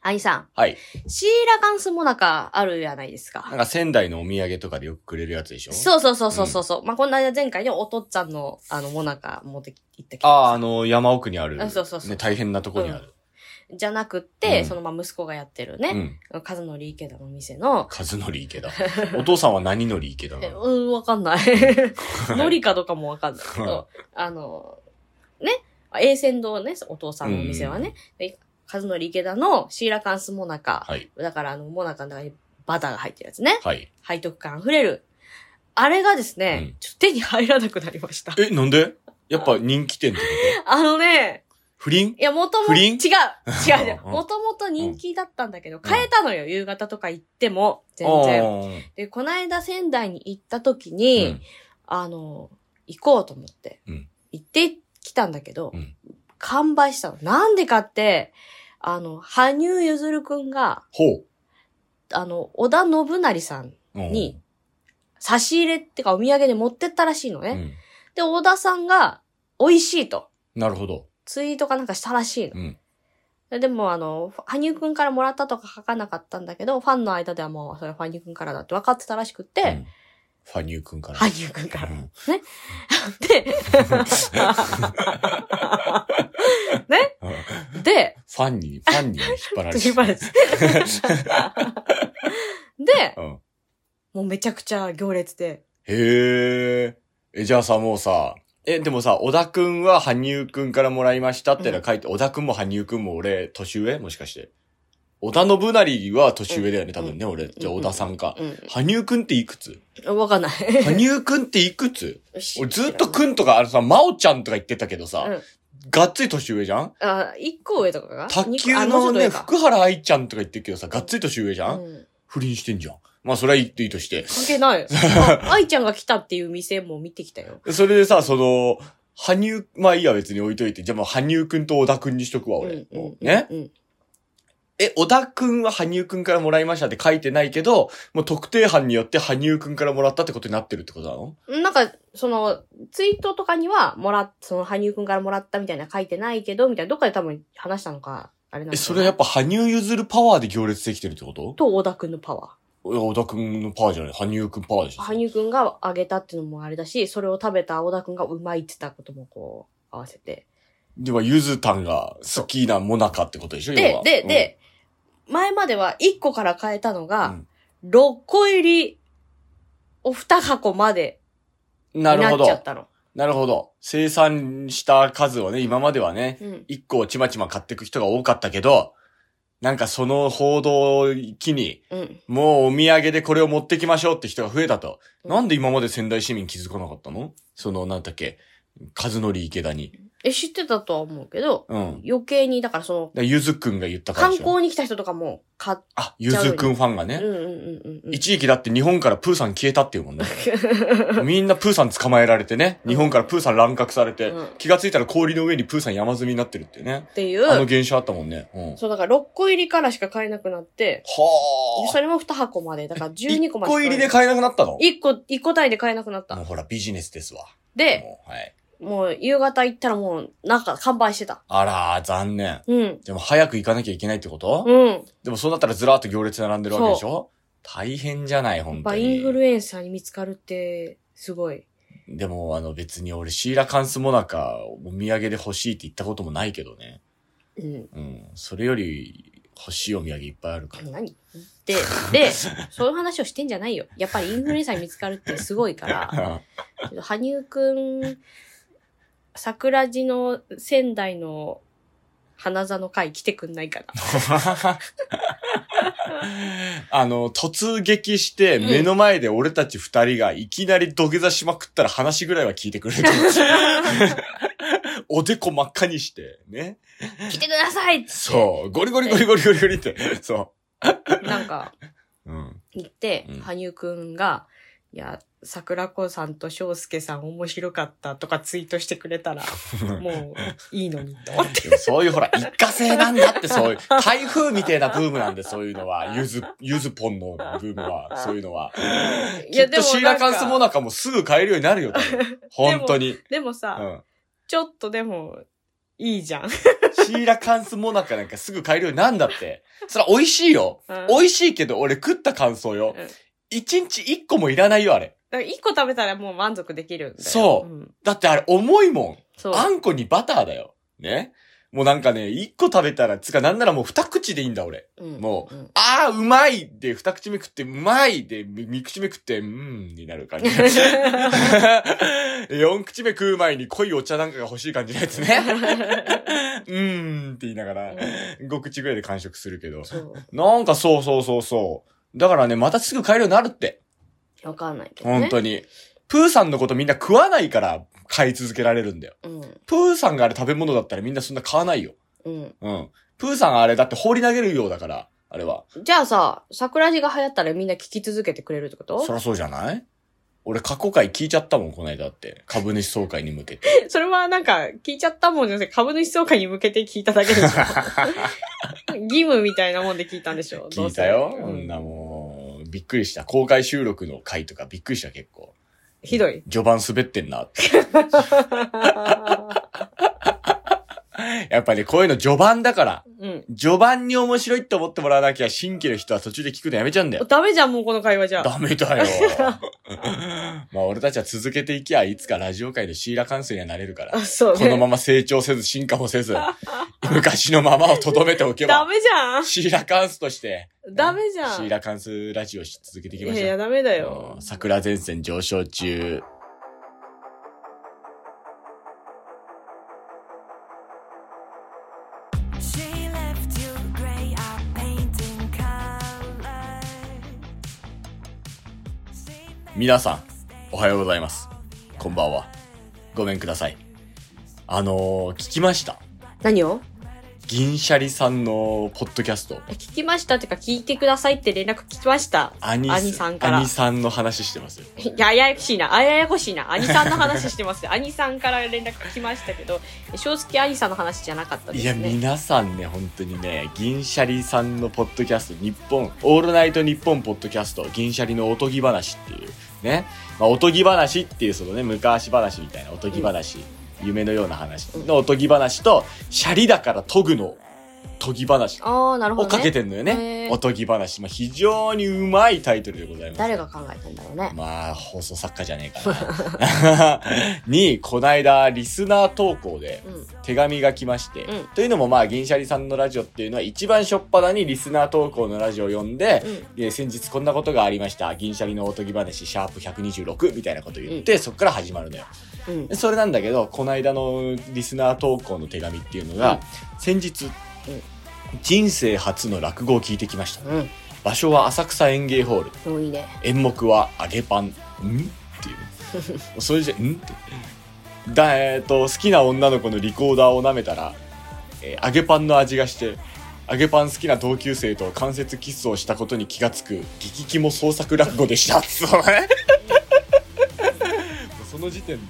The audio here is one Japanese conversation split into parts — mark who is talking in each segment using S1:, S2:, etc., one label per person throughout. S1: アニさん、
S2: はい。
S1: シーラカンスモナカあるじゃないです
S2: なん
S1: か。
S2: か仙台のお土産とかでよくくれるやつでしょう。
S1: そうそうそうそうそうそう。まあ、この間前回ね、お父っつぁんの、あの、モナカ持ってきったけど。
S2: ああ、あの、山奥にある。
S1: あそうそうそう
S2: ね、大変なとこにある。
S1: じゃなくって、
S2: うん
S1: そのまあ息子がやってる
S2: う
S1: ね、
S2: ん。
S1: カズノリ池田の店の、
S2: 和則 池田。お父さんは何のり池田
S1: え
S2: なの
S1: うん、わかん ない。ノリかどうかもわかんないけど、あの、ね、A 線堂ね、お父さんのお店はね、でカズノリ池田のシーラカンスモナカ、
S2: はい。
S1: だからあの、モナカの中にバターが入ってるやつね。
S2: はい。
S1: 背徳感溢れる。あれがですね、
S2: うん
S1: ちょっと手に入らなくなりました。
S2: え、なんでやっぱ人気店ってこ
S1: あのね、
S2: と不倫
S1: いや、もともと、
S2: 不
S1: 違う違
S2: 倫
S1: う違う。
S2: うん
S1: もともと人気だったんだけど、変えたのよ、夕方とか行っても、全然。
S2: 然。
S1: で、こないだ仙台に行った時
S2: う
S1: に、
S2: ん。
S1: あの、行こうと思って、
S2: うん
S1: 行ってきたんだけど、
S2: うん
S1: 完売したの。なんでかって、あの、羽生結弦くんが、
S2: ほ
S1: あの、織田信成さん
S2: う。うん
S1: に、差し入れってかお土産で持ってったらしいのね。
S2: うん。
S1: で、小田さんが、美味しいと、
S2: なるほど。
S1: ツイートかなんかしたらしいの。
S2: うん。
S1: ででも、あの、ファ羽生くんからもらったとか書かなかったんだけど、ファンの間ではもう、それは羽生くんからだって分かってたらしくって、
S2: うんファニュー君から。
S1: 羽生くんから。
S2: う
S1: ね
S2: ん。
S1: で、
S2: うん
S1: で、
S2: ファンに、ファンに引っ張られ て
S1: 引っ張られて で、
S2: うん。
S1: もうめちゃくちゃ行列で、
S2: へえ。え、じゃあさ、もうさ、え、でもさ、小田くんは羽生くんからもらいましたってのは書いて、小田くんも羽生くんも俺、年上もしかして。小田信成は年上だよね、多分ね、
S1: うん
S2: 俺。じゃあ小田さんか。
S1: う
S2: 羽生くんっていくつ
S1: ん、わかんない。
S2: 羽生くんっていくつ 俺ずっとくんとか、あのさ、真央ちゃんとか言ってたけどさ、
S1: うん
S2: がっつり年上じゃん
S1: あ、一個上とかが
S2: 卓
S1: 二個
S2: 球
S1: あもうちょっ
S2: の
S1: と上
S2: ね、
S1: か
S2: 福原愛ちゃんとか言ってるけどさ、がっつり年上じゃん、
S1: うん
S2: 不倫してんじゃん。まあ、それはいいいいとして。
S1: 関係ない。あ愛ちゃんが来たっていう店も見てきたよ。
S2: それでさ、その、羽生、まあいいや別に置いといて、じゃあもう羽生くんと小田くんにしとくわ、俺。
S1: うんうんうん
S2: ね
S1: うん
S2: え、小田くんは羽生くんからもらいましたって書いてないけど、もう特定班によって羽生くんからもらったってことになってるってことなの
S1: なんか、その、ツイートとかには、もらっ、その、羽生くんからもらったみたいな書いてないけど、みたいな、どっかで多分話したのか、あれなん
S2: え、
S1: だ
S2: それはやっぱ羽生結弦パワーで行列できてるってこと
S1: と、小田くんのパワ
S2: いや、小田くんのパワーじゃない。羽生くんパワーでし
S1: ー。
S2: ょ。
S1: 羽生くんがあげたっていうのもあれだし、それを食べた小田くんがうまいって言ったこともこう、合わせて。
S2: では、ゆずたんが好きなモナカってことでしょ要
S1: で
S2: は、
S1: で、
S2: うん
S1: で、前までは1個から変えたの
S2: う
S1: が
S2: ん、
S1: 6個入り、お2箱まで
S2: な
S1: に
S2: る
S1: な
S2: ほ
S1: っちゃ
S2: ど
S1: っ。たの。
S2: なるほど。生産した数をね、今まではね、
S1: うん。
S2: 一個をちまちま買っていく人が多かったけど、なんかその報道を機に、
S1: うん。
S2: もうお土産でこれを持ってきましょうって人が増えたと。
S1: うん
S2: なんで今まで仙台市民気づかなかったのその、なんだっけ、和則池田に。
S1: え、知ってたとは思うけど、
S2: うん。
S1: 余計に、だからその、
S2: だゆずくんが言ったから
S1: 観
S2: でしょ。
S1: 光に来た人とかも買っ
S2: あ、ゆずくんファンがね
S1: う。んうんうんうん。
S2: 一時期だって日本からプーさん消えたってい うもんね。みんなプーさん捕まえられてね。日本からプーさん乱獲されて、
S1: うん
S2: 気がついたら氷の上にプーさん山積みになってるっていうね。
S1: ってい
S2: あの
S1: う、
S2: 現象あったもんね。うん。
S1: そうだから6個入りからしか買えなくなって、
S2: はあ。
S1: それも2箱まで、だから12個まで。
S2: 1個入りで買えなくなったの
S1: 1個、1個単位で買えなくなっ
S2: もう
S1: た。
S2: ほら、ビジネスですわ。
S1: で、
S2: もう、はい。
S1: もう夕方行ったらもう、なんか完売してた。
S2: あらー、残念。
S1: うん。
S2: でも早く行かなきゃいけないってこと、
S1: うん。
S2: でもそうなったらずらーっと行列並んでるわけでしょ大変じゃない、本当
S1: バイ
S2: に。
S1: ンフルエンサーに見つかるって、すごい。
S2: でも、あの別に俺、シーラカンスモナカお土産で欲しいって言ったこともないけどね。
S1: うん。
S2: うん。それより欲しいお土産いっぱいあるから。
S1: 何 で、で、そういう話をしてんじゃないよ。やっぱりインフルエンサーに見つかるってすごいから。 羽生くん、桜地の仙台の花座の会来てくんないかな。
S2: あの、突撃して、目の前で俺たち二人がいきなり土下座しまくったら話ぐらいは聞いてくれる と思う。おでこ真っ赤にして、ね。
S1: 来てくださいって
S2: そう。ゴリゴリゴリゴリゴリゴリって。そ
S1: なんか
S2: う。うん。
S1: 言って、
S2: うん
S1: 羽生くんが、いや、桜子さんと翔介さん面白かったとかツイートしてくれた ら、もういいのにと思 って。
S2: でもそういうほら、一過性なんだって、そういう。台風みたいなブームなんで、そういうのは。ゆず、ゆずぽんのブームは、そういうのは。
S1: い
S2: きっとシーラカンスモ
S1: な。
S2: ナカもすぐ買えるようになるよ、多分本当に。
S1: でもさ、
S2: うん。
S1: ちょっとでも、いいじゃん。
S2: シーラカンスモナカなんかすぐ買えるようになんだ って。それ美味しいよ。
S1: うん
S2: 美味しいけど、俺食った感想よ
S1: うん。
S2: 一日一個もいらないよ、あれ。
S1: だから一個食べたらもう満足できるんだよ。
S2: そう
S1: うん
S2: だってあれ重いもん。
S1: そう。
S2: あんこにバターだよ。ね。もうなんかね、一個食べたら、つかなんならもう二口でいいんだ、俺。
S1: うん
S2: もう
S1: うん
S2: ああ、うまいで、二口目食って、うまいで、み三口目食って、うーん、にな る感じ。四口目食う前に濃いお茶なんかが欲しい感じのやつ ね。うーんって言いながら、五口ぐらいで完食するけど。
S1: そう。
S2: なんかそうそうそうそう。だからね、またすぐ買えるようになるって。
S1: わかんないけどね。
S2: 本当に。プーさんのことみんな食わないから買い続けられるんだよ。
S1: うん。
S2: プーさんがあれ食べ物だったらみんなそんな買わないよ。
S1: うん。
S2: うん。プーさんあれだって放り投げるようだから、あれは。
S1: じゃあさ、桜地が流行ったらみんな聞き続けてくれるってこと
S2: そ
S1: そ
S2: らそうじゃない俺過去回聞いちゃったもん、この間だって。株主総会に向けて。
S1: れはなんか、聞いちゃったもんじゃなくて、株主総会に向けて聞いただけでしょ。 義務みたいなもんで聞いたんでしょ。ど
S2: 聞
S1: う
S2: い
S1: せ
S2: たよ。
S1: う
S2: こ
S1: ん
S2: んなもう、びっくりした。公開収録の回とかびっくりした、結構。
S1: ひどい。
S2: 序盤滑ってんなって。やっぱね、こういうの序盤だから。
S1: うん。
S2: 序盤に面白いって思ってもらわなきゃ、新規の人は途中で聞くのやめちゃうんだよ。
S1: ダメじゃん、もうこの会話じゃ。
S2: ダ メだよ。まあ俺たちは続けていきゃ、いつかラジオ界でシーラカンスにはなれるか ら
S1: あ、。そうね。
S2: このまま成長せず進化も せず、昔のままを留めておけ
S1: ダ
S2: ば、
S1: メじゃん
S2: シーラカンスとして、
S1: ダメじゃん
S2: シーラカンスラジオし続けていきま
S1: い
S2: し
S1: やい
S2: ょ
S1: や、
S2: う。
S1: ダメだ
S2: あ
S1: よ
S2: の。桜前線上昇中。
S3: She left you grey out painting color. She made
S2: 皆さん、おはようございます。こんばんは。ごめんください。あのー、聞きました。
S1: 何を
S2: 銀シャリさんのポッドキャスト。
S1: 聞きましたってか、聞いてくださいって連絡来ました。
S2: アニ
S1: 兄さんから
S2: アニ。さんの話してますよ。
S1: いや、ややこしいな。あややこしいな。兄さんの話してます。 兄さんから連絡来ましたけど、正直兄さんの話じゃなかったで
S2: いや、
S1: すね。
S2: 皆さんね、本当にね、銀シャリさんのポッドキャスト、日本、オールナイト日本ポッドキャスト、銀シャリのおとぎ話っていう、ね、まあ、おとぎ話っていう、そのね、昔話みたいなおとぎ話、夢のような話のおとぎ話と、シャリだから研ぐの、研ぎ話
S1: ああ、なるほ
S2: を
S1: ど、ね。
S2: かけてんのよね。
S1: へー
S2: おとぎ話。まあ、非常にうまいタイトルでございます。
S1: 誰が考えたんだろうね。
S2: まあ、放送作家じゃねえかな。 に、こないだ、リスナー投稿で、
S1: うん。
S2: 手紙が来まして、
S1: うん
S2: というのもまあ銀シャリさんのラジオっていうのは一番初っ端にリスナー投稿のラジオを読んで、えー先日こんなことがありました銀シャリのおとぎ話シャープ126みたいなこと言って、そっから始まるのよ
S1: うん。うん
S2: で。それなんだけどこの間のリスナー投稿の手紙っていうのが、先日、人生初の落語を聞いてきました
S1: うん。
S2: 場所は浅草演芸ホール
S1: もういいね。
S2: 演目は揚げパンんっていうねそれじゃんってだえっと好きな女の子のリコーダーを舐めたら、えー揚げパンの味がして揚げパン好きな同級生と関節キスをしたことに気がつく激キモ創作落語でしたそう ねその時点で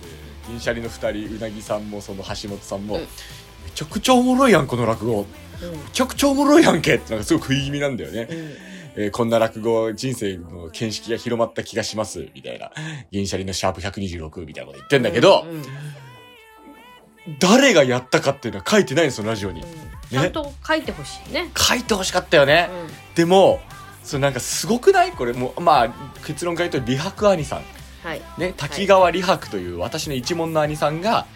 S2: 銀シャリの2人うなぎさんもその橋本さんも、
S1: うん
S2: めちゃくちゃおもろいやんこの落語め
S1: う
S2: ちゃくちゃおもろいやんけってなんかすごい食い気味なんだよね、
S1: ん。うん。
S2: えーこんな落語人生の見識が広まった気がします、みたいな。銀シャリのシャープ126みたいなこと言ってんだけど、
S1: うんうん
S2: 誰がやったかっていうのは書いてないんですよ、ラジオに。
S1: ちゃんと書いてほしいね。
S2: 書いてほしかったよね。
S1: う
S2: でも、それなんかすごくないこれもう、まあ、結論から言うと、李白兄さん。
S1: ん。はい。
S2: ね、滝川李白という私の一門の兄さんが、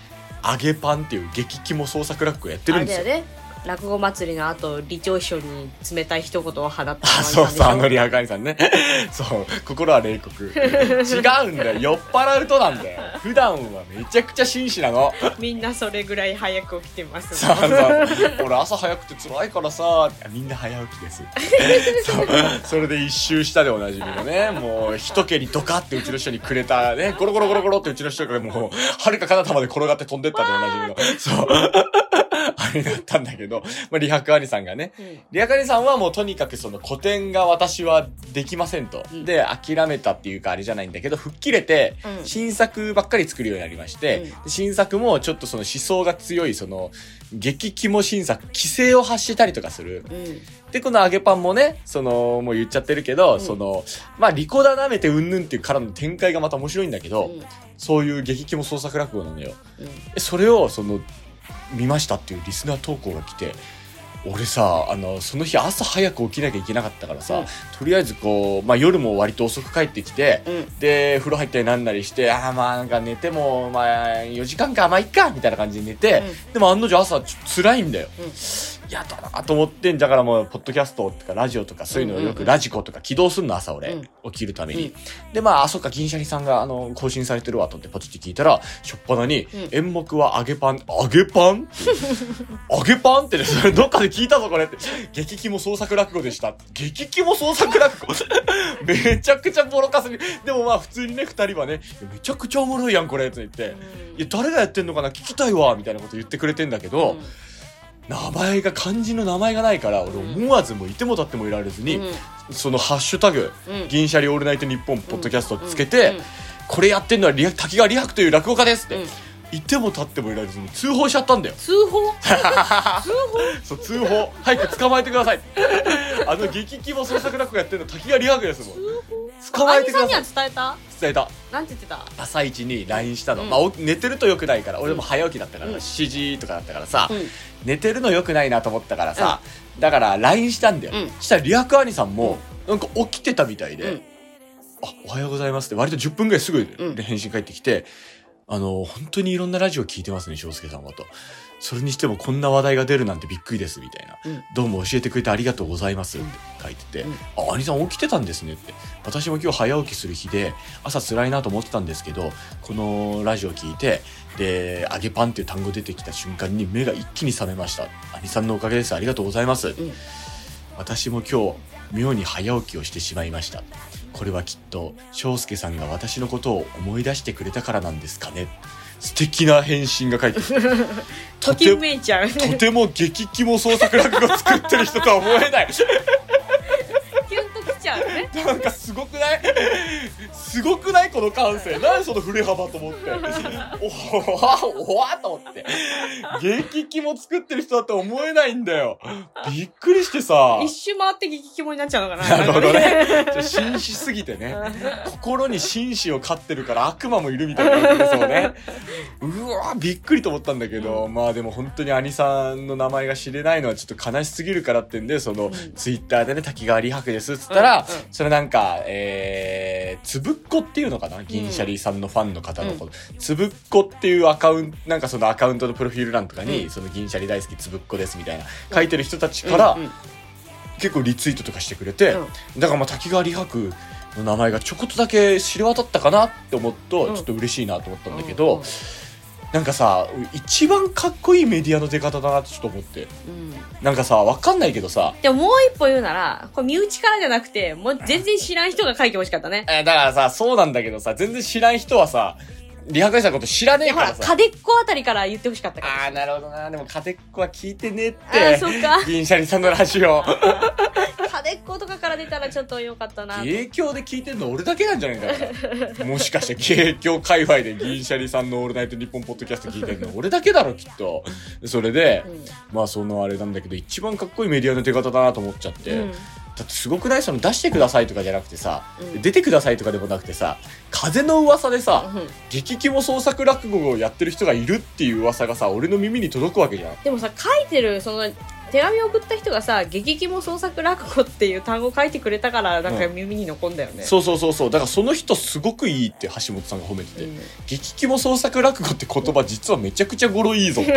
S2: 揚げパンっていう激肝創作落語をやって
S1: あ
S2: るん
S1: れ
S2: です
S1: だ
S2: よ
S1: よ。ね。落語祭りの後、理長秘書に冷たい一言を放った。
S2: あ、そうそう、あのリハカニさんね。 そう、心は冷酷。違うんだよ。酔っ払うとなんだよ。普段はめちゃくちゃ紳士なの。
S1: みんなそれぐらい早く起きて ます。
S2: そうそう。 俺朝早くて辛いからさ、みんな早起 きです。そう。それで一周したでおなじみのね、もう一蹴りドカってうちの人にくれたね、ゴロゴロゴロゴロってうちの人がもう、遥か彼方まで転がって飛んでったでおなじみの。そう。 あれだったんだけど、まあ、リハクアニさんがね、
S1: うん
S2: リアカニさんはもうとにかくその古典が私はできませんと。
S1: うん
S2: で、諦めたっていうかあれじゃないんだけど、吹っ切れて
S1: う、ん
S2: 新作ばっかり作るようになりまして、
S1: うん
S2: で新作もちょっとその思想が強い、その、激肝新作、規制を発したりとかする。
S1: うん。
S2: で、この揚げパンもね、その、もう言っちゃってるけど、
S1: ん
S2: その、まあ、リコダ舐めてうんぬんっていうからの展開がまた面白いんだけど、
S1: うん
S2: そういう激肝創作落語なのよ。
S1: うん
S2: それをその見ましたっていうリスナー投稿が来て俺さあのその日朝早く起きなきゃいけなかったからさ、
S1: うん
S2: とりあえずこう、まあ、夜も割と遅く帰ってきて、
S1: うん
S2: で風呂入ったりなんなりしてああまあなんか寝てもまあ4時間かまあいっかみたいな感じで寝て、でも案の定朝ちょっと辛いんだよ、
S1: うん
S2: やだなと思ってんだからもうポッドキャストとかラジオとかそういうのを
S1: うんうん
S2: よ
S1: うん
S2: くラジコとか起動するの朝俺、
S1: うん
S2: 起きるために、でまああそっか銀シャリさんがあの更新されてるわと思ってポチって聞いたらしょっぱなに、
S1: ん
S2: 演目は揚げパン揚げパン揚げパンってね、それどっかで聞いたぞ、これって。激キモ創作落語でした。激キモ創作落語 めちゃくちゃボロカスに。でもまあ普通にね、二人はね、いやめちゃくちゃおもろいやん、これって言って。いや、誰がやってんのかな聞きたいわみたいなこと言ってくれてんだけど、名前が、漢字の名前がないから、俺思わずもういてもたってもいられずに、そのハッシュタグ、
S1: うん
S2: 銀シャリオールナイトニッポンポッドキャストつけて、
S1: うんうん
S2: これやってんのはリア滝川リハクという落語家ですって、
S1: うん
S2: いてもたってもいられずに通報しちゃったんだよ。
S1: 通 報通報
S2: そう通報早く捕まえてください あの激キモ創作落語やってるの滝川リハーグですもん捕まえ
S1: 兄
S2: てく
S1: さん
S2: だ
S1: に
S2: さ
S1: はい伝えた
S2: 伝えた
S1: なんて言ってた
S2: 朝一に LINE したの、
S1: うん
S2: まあ、お寝てるとよくないから俺も早起きだったから、
S1: うん
S2: 7時とかだったからさ、
S1: うん
S2: 寝てるのよくないなと思ったからさ、だから LINE したんだよ、
S1: うん
S2: したらリハク兄さんも、なんか起きてたみたいで、
S1: うん
S2: あおはようございますって割と10分ぐらいすぐ
S1: うん
S2: で返信返ってきて、あの本当にいろんなラジオ聞いてますね翔介さんはとそれにしてもこんな話題が出るなんてびっくりですみたいな、
S1: うん
S2: どうも教えてくれてありがとうございますって書いてて、
S1: うん
S2: あ兄さん起きてたんですねって私も今日早起きする日で朝辛いなと思ってたんですけどこのラジオ聞いてで揚げパンっていう単語出てきた瞬間に目が一気に覚めました兄さんのおかげですありがとうございます、
S1: ん
S2: 私も今日妙に早起きをしてしまいましたこれはきっと翔介さんが私のことを思い出してくれたからなんですかね素敵な返信が書いてある
S1: ときめいちゃうキュ
S2: と
S1: ン
S2: ても激キモ創作落語作ってる人とは思えない
S1: ときちゃうね
S2: なんかすごくないすごくないこの感性何その振れ幅と思っておわおわと思って激キモ作ってる人だと思えないんだよびっくりしてさ
S1: 一周回って激キモになっちゃうのかな
S2: なるほどねちょ紳士すぎてね心に紳士を飼ってるから悪魔もいるみたいな感じでそうねうわびっくりと思ったんだけど、まあでも本当に兄さんの名前が知れないのはちょっと悲しすぎるからってんでその、ツイッターでね滝川理博ですっつったら、
S1: うんうん
S2: それなんかえー、つぶっこっていうのかな銀シャリさんのファンの方のこと、つぶっこっていうアカウントなんかそのアカウントのプロフィール欄とかに、
S1: うん
S2: その銀シャリ大好きつぶっこですみたいな書いてる人たちから、
S1: うんうん
S2: 結構リツイートとかしてくれて、
S1: う
S2: だからまあ滝川理博の名前がちょこっとだけ知れ渡ったかなって思う
S1: う
S2: と
S1: ん
S2: ちょっと嬉しいなと思ったんだけ
S1: う
S2: ど、
S1: ん
S2: なんかさ一番かっこいいメディアの出方だなってちょっと思って
S1: うん
S2: なんかさわかんないけどさ
S1: でももう一歩言うなら、これ身内からじゃなくて、もう全然知らん人が書いてほしかったね。
S2: えーだからさそうなんだけどさ全然知らん人はさ理博さんのこと知らね
S1: い
S2: え
S1: やほ、
S2: かららさ
S1: カデっ子あたりから言ってほしかったから。
S2: ああなるほどなでもカテッコは聞いてねえっ
S1: あ
S2: て
S1: ーそっか
S2: 銀シャリさんのラジオ
S1: カデっ子とかから出たらちょっとよかったな。
S2: 影響で聞いてんの俺だけなんじゃないかなもしかして影響界隈で銀シャリさんの「オールナイトニッポン」ポッドキャスト聞いてんの俺だけだろきっとそれで、
S1: うん
S2: まあそのあれなんだけど一番かっこいいメディアの出方だなと思っちゃって、
S1: うん
S2: だってすごくないその出してくださいとかじゃなくてさ、
S1: うん
S2: 出てくださいとかでもなくてさ風の噂でさ、
S1: うん
S2: 激キモ創作落語をやってる人がいるっていう噂がさ俺の耳に届くわけじゃん
S1: でもさ、書いてる、その、手紙を送った人がさ、激キモ創作落語っていう単語書いてくれたから、なんか
S2: う
S1: 耳に残んだよね。
S2: そうそうそうそうだからその人すごくいいって橋本さんが褒めてて、
S1: うん
S2: 激キモ創作落語って言葉実はめちゃくちゃ語呂いいぞ って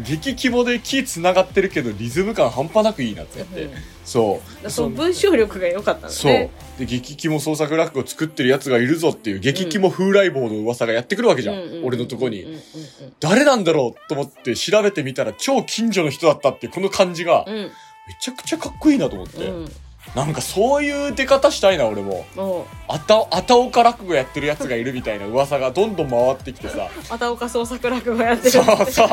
S2: 激キモで木つながってるけどリズム感半端なくいいなってやって、
S1: うん
S2: そう
S1: その文章力が良かったんだね。
S2: そう。で、激キモ創作落語作ってる奴がいるぞっていう、激キモ風来坊の噂がやってくるわけじゃん。
S1: うんうん
S2: 俺のとこに。
S1: うんうん
S2: 誰なんだろうと思って調べてみたら超近所の人だったっていうこの感じが
S1: う
S2: め
S1: んうん。
S2: ちゃくちゃかっこいいなと思って、
S1: うん。うん
S2: なんかそういう出方したいな俺も
S1: もう、
S2: あたあたおか落語やってる奴がいるみたいな噂がどんどん回ってきてさ
S1: あたおか創作落語や ってる。
S2: そうそう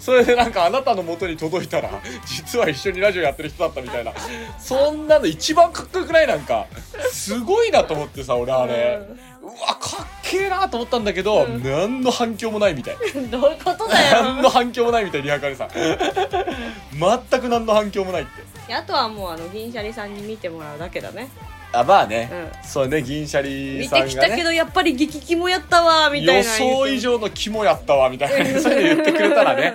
S2: それでなんかあなたの元に届いたら実は一緒にラジオやってる人だったみたいなそんなの一番かっこよくないなんかすごいなと思ってさ俺あれ。うわかっけえなと思ったんだけど、
S1: うん
S2: 何の反響もないみたい
S1: うんどういうことだよ
S2: 何。の反響もないみたいリハカレさん全く何の反響もないって
S1: であとはもうあの銀シャリさんに見てもらうだけだね
S2: あ、まあね。
S1: う
S2: そうね、銀シャリ
S1: 見
S2: さん
S1: て
S2: が、ね。
S1: きたけどやっぱり激キモやったわみたい
S2: 予
S1: な
S2: 想以上の肝やったわ、みたいな。そういうの言ってくれたら ね。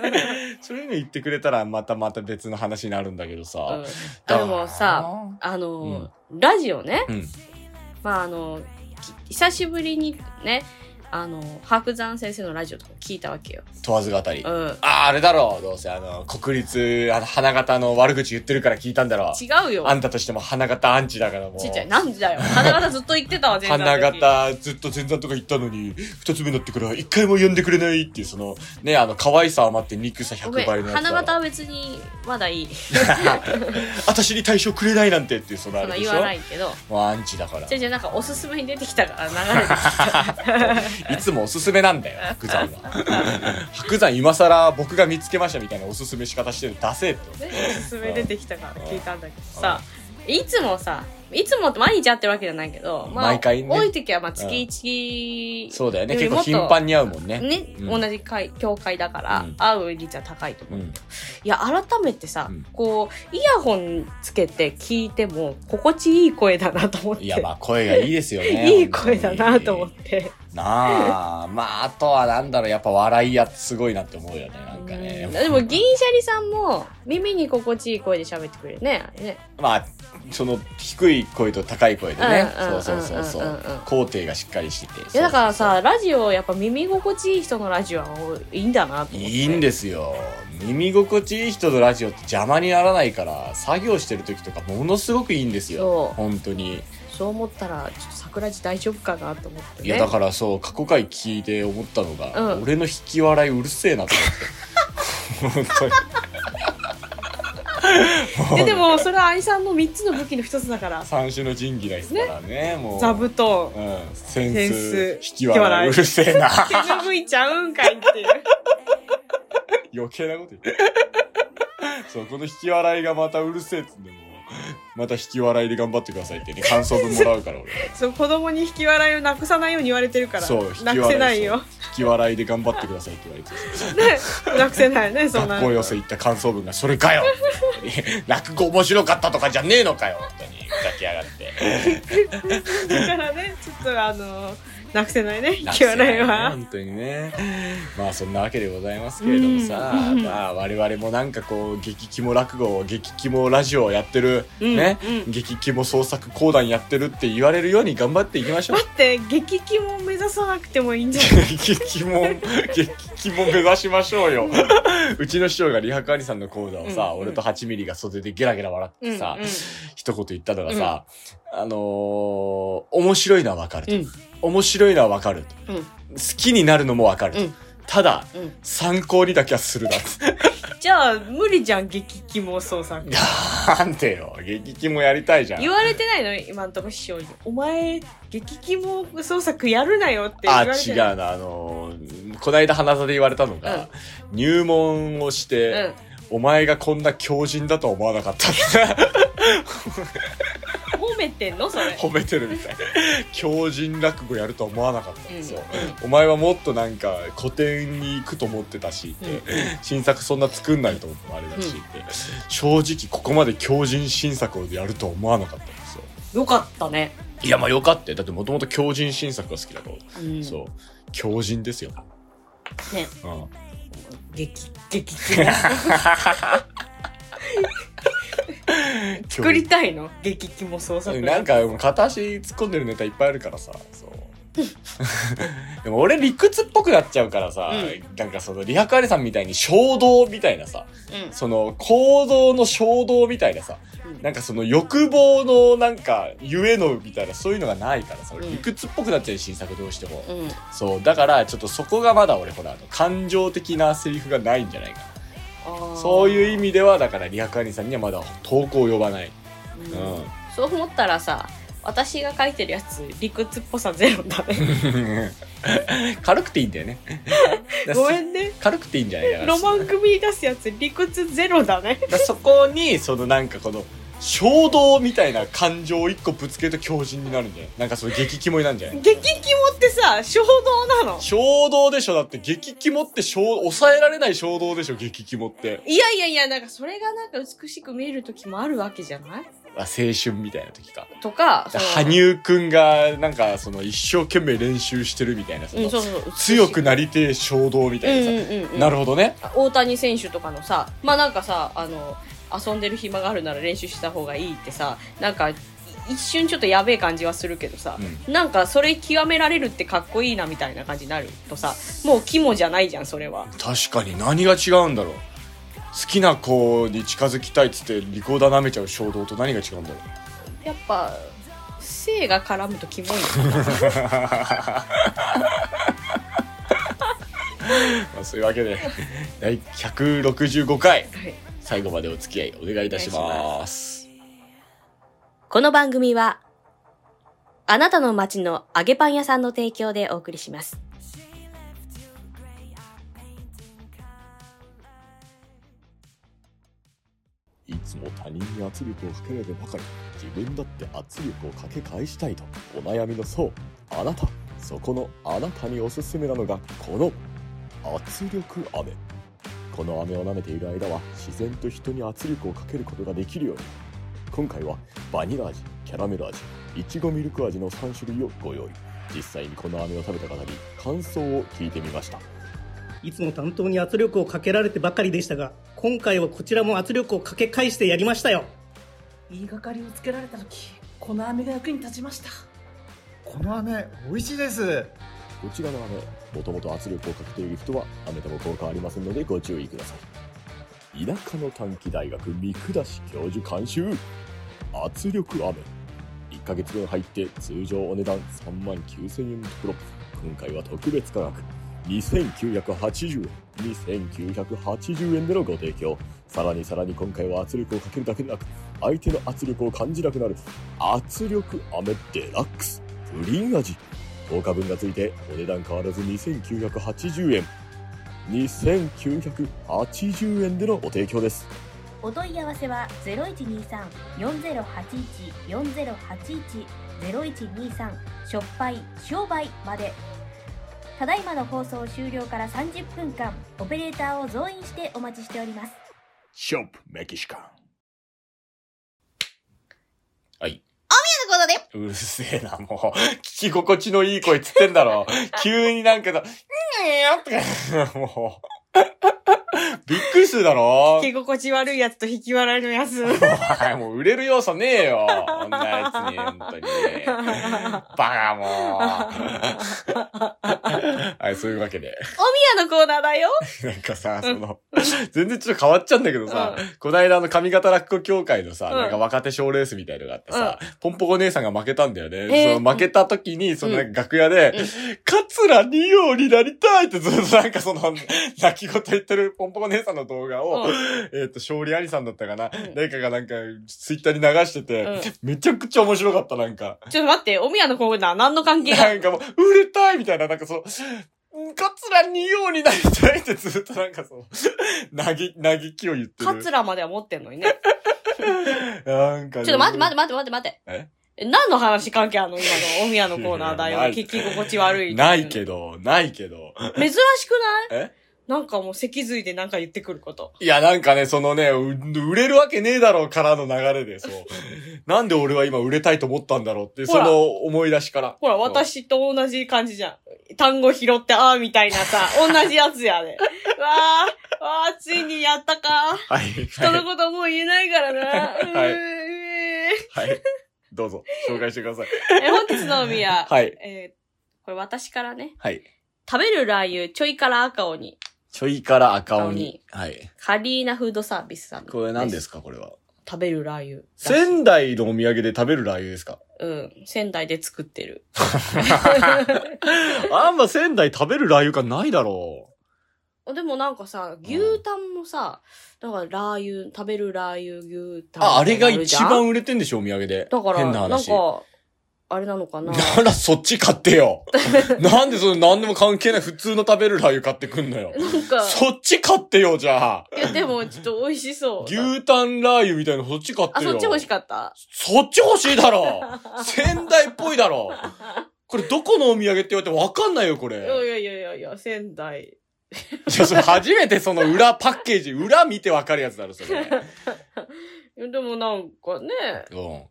S2: そういうの言ってくれたら、またまた別の話になるんだけ
S1: う
S2: ど
S1: ん
S2: さ。
S1: あでもさ、あの、ラジオね
S2: うん。
S1: まああのき久しぶりにねあの白山先生のラジオとか聞いたわけよ、
S2: 問わず語り。
S1: う
S2: あ
S1: ん、
S2: あ、あれだろう。どうせ、あの、国立、あの、花形の悪口言ってるから聞いたんだろう。
S1: 違うよ
S2: あんたとしても花形アンチだからもう。
S1: ちっちゃいなんでだよ花形ずっと言ってたわ全然
S2: 花形ずっと前座とか行ったのに、二つ目になってから一回も呼んでくれないっていう、その、ね、あの、可愛さ余って憎さ
S1: ご
S2: 100
S1: めん
S2: 倍のやつだ
S1: 花
S2: ろ。
S1: 形は別にま だいい
S2: 私に対象くれないなんてっていう、そのあ
S1: そんな
S2: れでし
S1: 言
S2: ょ
S1: わないけど
S2: もうアンチだから。
S1: じゃあじゃあなんかおすすめに出てきたから流れてき
S2: いつもおすすめなんだよ、白山は。白山今更僕が見つけましたみたいなおすすめ仕方してる、ダセえって。
S1: た、ね、おすすめ出てきたから聞いたんだけどさいつもさいつもって毎日会ってるわけじゃないけど、まあ、
S2: 毎回ね
S1: 多い時はまあ月1
S2: そうだよね、
S1: より
S2: 結
S1: も
S2: 構
S1: っと
S2: 頻繁に会うもんね。
S1: ね、
S2: うん
S1: 同じ会教会だから、
S2: うん
S1: 会う率は高いと思
S2: う
S1: う、
S2: ん。
S1: いや改めてさ、
S2: うん
S1: こうイヤホンつけて聞いても心地いい声だなと思って
S2: いや、まあ声がいいですよね。
S1: いい声だなと思っ
S2: 本当に。
S1: て
S2: なあ、まああとはなんだろう、やっぱ笑いやってすごいなって思うよね、なんかね
S1: うん。でも銀シャリさんも耳に心地いい声で喋ってくれるねあれね
S2: まあ、その低い声と高い声でね。
S1: うんうんうんうん
S2: そうそうそうそ
S1: うんうん
S2: う。肯定がしっかりしてて。
S1: いやだから
S2: そうそ
S1: さ
S2: う
S1: ラジオやっぱ耳心地いい人のラジオは多いいいんだなと
S2: そう、
S1: 思って
S2: いいんですよ。耳心地いい人のラジオって邪魔にならないから、作業してる時とかものすごくいいんです
S1: そ。う
S2: よ本当に。
S1: そう思ったらちょっと桜地大丈夫かなと思ってね
S2: いやだからそう、過去回聞いて思ったのが、
S1: うん
S2: 俺の引き笑いうるせえなと思って。本当に。
S1: えでもそれは愛さんの3つの武器の一つだから
S2: 三種の神器ですからね、もう。
S1: 座布団
S2: うん。セン
S1: セン
S2: ス、
S1: ス
S2: 引き笑い、うるせえな。
S1: 手拭いちゃうんかいっていう
S2: 余計なこと言って。そう、この引き笑いがまたうるせえっつうんで、もう、また引き笑いで頑張ってくださいってね、感想文もらうから俺。
S1: そう子供に引き笑いをなくさないように言われてるから
S2: そう、引き
S1: な
S2: 笑い。
S1: くせないよ
S2: そう引き笑いで頑張ってくださいって言われて。
S1: ねなくせないねそんな
S2: 学校寄せ行った感想文が、それかよ 落語面白かったとかじゃねえのかよ本当に。ふざけやがって。
S1: だからねちょっとあのなくせないね引き笑いは、
S2: 本当にね。まあそんなわけでございますけれどもさ、
S1: うん
S2: まあ我々もなんかこう、激肝落語、激肝ラジオをやってる、
S1: うん
S2: ね、
S1: う
S2: 激肝創作講談やってるって言われるように頑張っていきましょ う
S1: 待。って激キモ目指さなくてもいいんじゃない
S2: 激肝、激肝目指しましょ うよ。うちの師匠がリハカーニさんの講座をさ、
S1: うん
S2: 俺と8ミリが袖でゲラゲラ笑ってさ、
S1: うんうん
S2: 一言言ったのがさ、あのー面白いのはわかると。
S1: うん
S2: 面白いのはわかると。
S1: うん
S2: 好きになるのもわかると。
S1: うん
S2: ただ、
S1: うん
S2: 参考にだけはするなっつって。
S1: じゃあ無理じゃん激キモ創作
S2: なんてよ、激キもやりたいじゃん
S1: 言。われてないの今んとこ師匠に「お前激キモ創作やるなよ」って言わ
S2: あ、
S1: れて
S2: 違う
S1: ない
S2: な、あのーこないだ花座で言われたのが、入門をして、お前がこんな強靭だとは思わな かったって
S1: うん、褒めてんのそれ
S2: 褒めてるみたい。強靭落語やるとは思わなかったん
S1: うん
S2: ですよ。お前はもっとなんか古典に行くと思ってたし、
S1: うん
S2: 新作そんな作んないと思ってもあれだし、
S1: うん
S2: 正直ここまで強靭新作をやるとは思わなかったんですよ。
S1: よかったね、
S2: いや、まあよかったよ。だってもともと強靭新作が好きだと、
S1: うん、
S2: そう。強靭ですよ。
S1: ね
S2: うん。
S1: 激激キ モ作りたいの激キモ創作
S2: なんかもう片足突っ込んでるネタいっぱいあるからさそう でも俺理屈っぽくなっちゃうからさ、
S1: う
S2: なんかそのリハカーレさんみたいに衝動みたいなさ
S1: うん
S2: その行動の衝動みたいなさ
S1: うん
S2: なんかその欲望のなんかゆえのみたいなそういうのがないからさ、
S1: うん
S2: 理屈っぽくなっちゃう新作どうしても、
S1: うん
S2: そうだからちょっとそこがまだ俺ほらあの感情的なセリフがないんじゃないかなそういう意
S1: 味、
S2: 味ではだからリハカーレさんにはまだ投稿を呼ばない、
S1: う ん
S2: うん
S1: そう思ったらさ私が書いてるやつ理屈っぽさゼロだね
S2: 軽くていいんだよね。
S1: ごめんね
S2: 軽くていいんじゃないだから
S1: ロマン組み出すやつ理屈ゼロだね
S2: だからそこに、そのなんかこの、衝動みたいな感情を一個ぶつけると強靭になるんじゃないなんかその激キモになるんじゃない
S1: 激キモってさ、衝動なの。
S2: 衝動でしょだって激キモって衝抑えられない衝動でしょ激キモって
S1: いやいやいや、なんかそれがなんか美しく見える時もあるわけじゃない
S2: あ青春みたいな時か
S1: とか、その
S2: 羽生くんがなんかその一生懸命練習してるみたいなその
S1: うん、そうそうそう。
S2: 強くなりてえ衝動みたいなさ、
S1: うんうんうんうん
S2: なるほどね
S1: 大谷選手とかのさまあなんかさあの遊んでる暇があるなら練習した方がいいってさなんかい一瞬ちょっとやべえ感じはするけどさ、なんかそれ極められるってかっこいいなみたいな感じになるとさもう肝じゃないじゃんそれは
S2: 確かに何が違うんだろう好きな子に近づきたいっつってリコーダー舐めちゃう衝動と何が違うんだろう
S1: やっぱ性が絡むとキモいのかな
S2: まあそういうわ けで第165回
S1: はい
S2: 最後までお付き合いお願いいたし
S1: お願いし
S2: ます
S1: この番組は、あなたの街の揚げパン屋さんの提供でお送りします。
S2: いつも他人に圧力をかけられてばかり、自分だって圧力をかけ返したいと、お悩みのそう、あなた、そこのあなたにおすすめなのが、この圧力飴。この飴を舐めている間は、自然と人に圧力をかけることができるように。今回は、バニラ味、キャラメル味、いちごミルク味の3種類をご用意。実際にこの飴を食べた方に感想を聞いてみました。
S4: いつも担当に圧力をかけられてばかりでしたが、今回はこちらも圧力をかけ返してやりましたよ。
S5: 言いがかりをつけられた時この飴が役に立ちました
S6: この飴美味しいです
S2: こちらの飴、もともと圧力をかけている人は飴とも効果ありませんのでご注意ください。田舎の短期大学三下し教授監修圧力飴。1ヶ月分入って通常お値段3万9000円のところ、今回は特別価格2980円、2980円でのご提供。さらにさらに今回は圧力をかけるだけでなく、相手の圧力を感じなくなる圧力飴デラックスプリン味。10日分がついてお値段変わらず2980円2980円でのご提供です
S7: お問い合わせは0123-4081-4081-0123しょっぱい商売までただいまの放送終了から30分間オペレーターを増員してお待ちしております
S2: ショップメキシカンはい
S1: ということで、
S2: うるせえな、もう。聞き心地のいい声つってんだろ。急になんかさ、うんよとか、もう。びっくりするだろ。
S1: 着心地悪いやつと引き笑いのやつ。
S2: お前もう売れる要素ねえよ。こんなやつに、本当に。バカもう。はい、そういうわけで。
S1: 宮のコーナーだよ。
S2: なんかさ、その、全然ちょっと変わっちゃうんだけどさ、こないだあの上方落語協会のさ、
S1: うん
S2: なんか若手賞レースみたいのがあってさ、ポンポコ姉さんが負けたんだよね。
S1: えー
S2: その負けた時に、その
S1: うん
S2: なんか楽屋で、桂二葉になりたいってずっとなんかその、泣き言言ってるポンポコ姉さんの動画を、
S1: うん
S2: えっ、と、勝利ありさんだったかな、
S1: ん
S2: 誰かがなんか、ツイッターに流してて、
S1: うん
S2: めちゃくちゃ面白かった、なんか。
S1: ちょっと待って、おみやのコーナー何の関係が
S2: なんかもう、売れたいみたいな、なんかその、カツラにようになりたいってずっとなんかその、 嘆き、嘆きを言ってる。
S1: カツラまでは持ってんのにね。
S2: なんかね、
S1: ちょっと待って待って待って待って待って。
S2: え
S1: 何の話関係あんの今のおみやのコーナーだよ
S2: い。やない
S1: 聞き心地悪い。
S2: ないけど、ないけど。
S1: 珍しくない
S2: え
S1: なんかもう脊髄でなんか言ってくること。
S2: いや、なんかね、そのね、う売れるわけねえだろうからの流れ で、そう。なんで俺は今売れたいと思ったんだろうって、
S1: ほ
S2: そ
S1: ら
S2: の思い出しから。
S1: ほら、私と同じ感じじゃん。単語拾って、あーみたいな さ、同じやつやで。わー、わー、ついにやったか。
S2: はい。
S1: 人
S2: は
S1: の
S2: い。
S1: こともう言えないからな。
S2: はい
S1: ー
S2: う
S1: うー
S2: はい。どうぞ、紹介してください。
S1: え、本日のおみや。
S2: はい
S1: えーこれ私からね。
S2: はい。
S1: 食べるラー油、ちょいから赤鬼。
S2: ちょいから赤
S1: 赤
S2: 鬼
S1: 鬼。
S2: はい。
S1: カリーナフードサービスさんの。
S2: これ何ですすか、これは。
S1: 食べるラー油。
S2: 仙台のお土産で食べるラー油ですか
S1: うん。仙台で作ってる。
S2: あんま仙台食べるラー油感ないだろ
S1: でもなんかさ、牛タンもさ、だからラー油、食べるラー油牛
S2: う。
S1: タン。
S2: あ、あれが一番
S1: だ
S2: 売れてんでしょ、お土産で。
S1: から、
S2: 変
S1: な
S2: な
S1: ん
S2: 話。
S1: か、あれなのかな。
S2: ならそっち買ってよ。なんでそれ何でも関係ない普通の食べるラー油買ってくんのよ。
S1: なんか、
S2: そっち買ってよ、じゃあ。
S1: いやでもちょっと美味しそう。
S2: 牛タンラー油みたいなのそっち買って
S1: あ、
S2: よ。
S1: そっち欲しかった
S2: そっち欲しい だろ仙台っぽいだろこれどこのお土産って言われてわかんないよ、こ
S1: い
S2: れ。
S1: やいやいやいやいや、仙台。
S2: いや、それ初めてその裏パッケージ、裏見てわかるやつだろ、それ。
S1: いやでもなんかね、
S2: うん。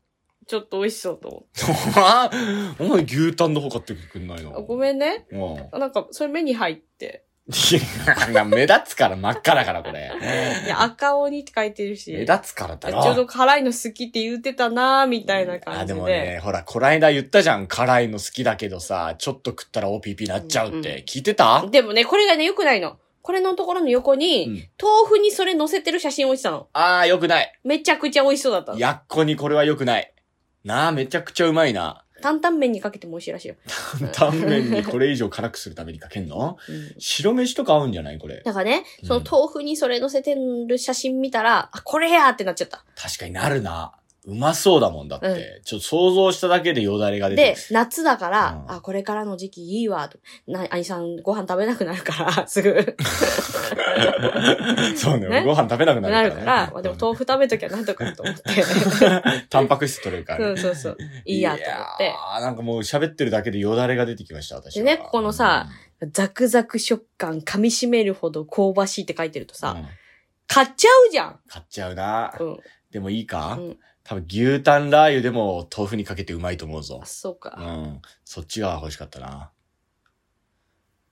S1: ちょっと美味しそうと思って
S2: あ お前牛タンの方買ってくんない
S1: あ。
S2: の
S1: ごめんね。
S2: うん。い
S1: なんか、それ目に入って。
S2: や、目立つから真っ赤だから、これ。
S1: いや、赤鬼って書いてるし。
S2: 目立つからだろ。
S1: ちょうど辛いの好きって言ってたなーみたいな感じで。
S2: あ、でもね、ほら、こないだ言ったじゃん。辛いの好きだけどさ、ちょっと食ったら OPP なっちゃうっ
S1: うんう
S2: て。聞いてた
S1: でもね、これがね、良くないの。これのところの横に、
S2: うん
S1: 豆腐にそれ乗せてる写真置いてたの。
S2: あー、よくない。
S1: めちゃくちゃ美味しそうだったの。
S2: やっこにこれはよくない。なあ、めちゃくちゃうま いな。
S1: 担々麺にかけても美味しいらしいよ。
S2: タンメンにこれ以上辛くするためにかけんの
S1: うん
S2: 白飯とか合うんじゃないこれ。
S1: だからね、
S2: うん
S1: その豆腐にそれ乗せてる写真見たら、あ、これやーってなっちゃった。
S2: 確かになるな。うまそうだもんだって。
S1: う
S2: ちょっと想像しただけでよだれが出て
S1: で、夏だから、
S2: うん
S1: あ、これからの時期いいわ、と。な、兄さんご飯食べなくなるから、 すぐ。
S2: くる。 そうね
S1: ね
S2: ご飯食べなくな
S1: な
S2: る
S1: る
S2: か、
S1: から
S2: ね。
S1: ら、まあでも豆腐食べときゃなんとかと思 って。
S2: タンパク質取れるから、
S1: そ
S2: ね。
S1: うそうそう。いいやと思って。
S2: あなんかもう喋ってるだけでよだれが出てきました、私は。
S1: でねここのさザクザク食感、噛み締めるほど香ばしいって書いてると
S2: うん、
S1: さ、
S2: うん
S1: 買っちゃうじゃん。
S2: 買っちゃうな。
S1: うん。
S2: でもいいか、
S1: うん
S2: 多分牛タンラー油でも豆腐にかけてうまいと思うぞ
S1: あ、。そう
S2: う
S1: か。
S2: ん。そっちが欲しかったな。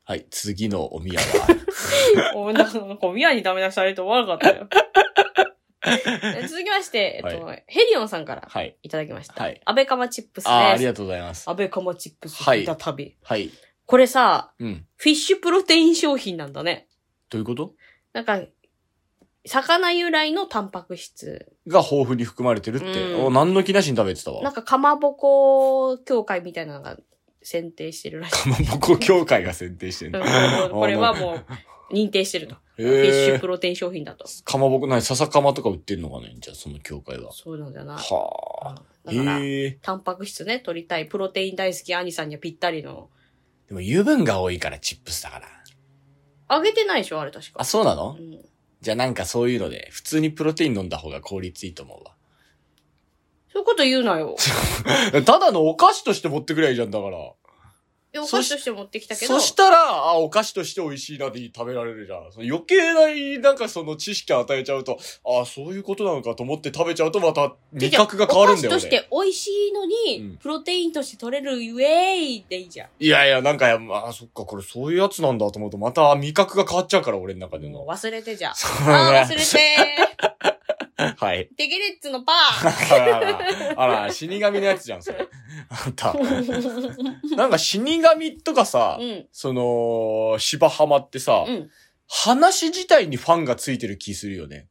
S2: はい、次のお 宮は。
S1: おなんか、小宮にダメ出しされて終わらなか ったよ。え続きまして、えっと、ヘリオンさんから
S2: はい。
S1: いただきました。
S2: はい
S1: 安倍カマチップスです。
S2: ああ、ありがとうございます。
S1: 安倍カマチップス、
S2: はい
S1: 再び。
S2: はい。
S1: これさ、
S2: うん。
S1: フィッシュプロテイン商品なんだね。
S2: どういうこと
S1: なんか、魚由来のタンパク質。
S2: が豊富に含まれてるって。
S1: うん
S2: お、何の気なしに食べてた
S1: なん
S2: わ。
S1: か、かまぼこ協会みたいなのが選定してるらしい。
S2: かまぼこ協会が選定してん
S1: う
S2: の。
S1: ん これは
S2: う。
S1: もう、認定してると。
S2: へ
S1: フィッシュ
S2: え
S1: プ。ロテイン商品だと。
S2: かまぼこ、なに、笹かまとか売ってんのかねじゃあ、その協会は。
S1: そうなんだよな。
S2: はあ。
S1: だから、
S2: へえ。
S1: タンパク質ね、取りたい、プロテイン大好き兄さんにはぴったりの。
S2: でも油分が多いからチップスだから。
S1: あげてないでしょあれ確か。
S2: あ、そうなの
S1: うん。
S2: じゃあなんかそういうので、普通にプロテイン飲んだ方が効率いいと思うわ。
S1: そういうこと言うなよ。
S2: ただのお菓子として持ってくりゃいいじゃんだから。
S1: でお菓子として持ってきたけど
S2: そ、したら、あ、お菓子として美味しいなで食べられるじゃん。その余計な、なんかその知識を与えちゃうと、あ、そういうことなのかと思って食べちゃうとまた 味覚が変わるんだよ
S1: お菓子とし
S2: ね。
S1: て美味しいのに、
S2: うん
S1: プロテインとして取れるウェイでいいじゃん。
S2: いやいや、なんかや、あ、そっか、これそういうやつなんだと思うと、また味覚が変わっちゃうから、俺の中で
S1: も
S2: の
S1: う。忘れてじゃん。
S2: そう
S1: あー忘
S2: ね
S1: れて
S2: はい。
S1: ー。テゲレッツのパー。
S2: あらあら、あら、死神のやつ じゃん、それ。あんた。なんか死神とかさ、
S1: うん。
S2: その、芝浜ってさ、
S1: うん。
S2: 話自体にファンがついてる気するよね。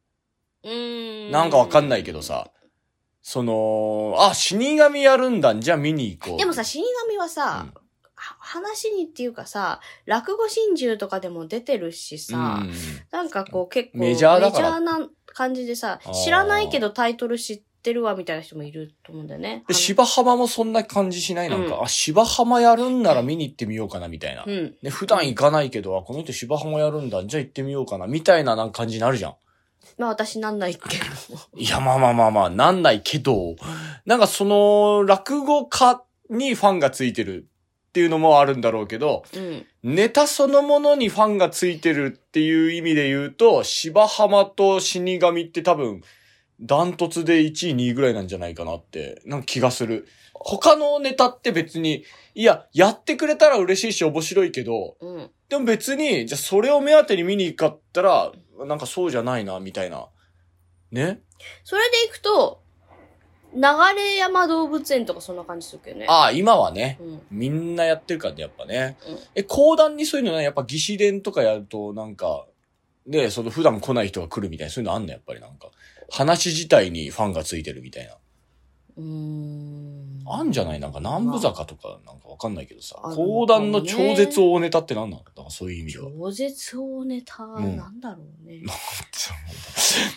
S1: うーん。
S2: なんかわかんないけど。さ、その、あ、死神やるんだ、じゃあ見に行こう。
S1: でもさ、、死神はさ、
S2: う
S1: は話にっていうかさ、落語心中とかでも出てるしさ、
S2: うん、
S1: なんかこう結構
S2: メジャーだから
S1: メジャーな感じでさ
S2: あー、
S1: 知らないけどタイトル知ってるわみたいな人もいると思うんだよね。
S2: で、芝浜もそんな感じしないなんか、
S1: うん
S2: あ、芝浜やるんなら見に行ってみようかな、みたいな。
S1: あのうん。
S2: ね、普段行かないけど、あ、この人芝浜やるんだ、じゃあ行ってみようかな、みたいななんか感じになるじゃん。
S1: まあ私なんないけ ど。
S2: いや、まあまあまあまあ、なんないけど、なんかその、落語家にファンがついてるっていうのもあるんだろうけど、
S1: うん。
S2: ネタそのものにファンがついてるっていう意味で言うと、芝浜と死神って多分、ダントツで1位、2位ぐらいなんじゃないかなって、なんか気がする。他のネタって別に、いや、やってくれたら嬉しいし面白いけど、
S1: うん。
S2: でも別に、じゃあそれを目当てに見に行かったら、なんかそうじゃないな、みたいな。ね
S1: それでいくと、流山動物園とかそんな感じするけどね。
S2: ああ、今はね
S1: う。ん。
S2: みんなやってるからね、やっぱね。
S1: うん
S2: え、講談にそういうのね、やっぱ義士伝とかやると、なんか、で、その普段来ない人が来るみたいな、そういうのあんの、やっぱりなんか。話自体にファンがついてるみたいな。
S1: うーん。
S2: あんじゃないなんか南部坂とかなんかわかんないけどさ
S1: あ、るのかもね
S2: 講談の超絶大ネタって何なのだからそういう意味では。
S1: 饒舌をネタ、
S2: ん
S1: なんだろうね。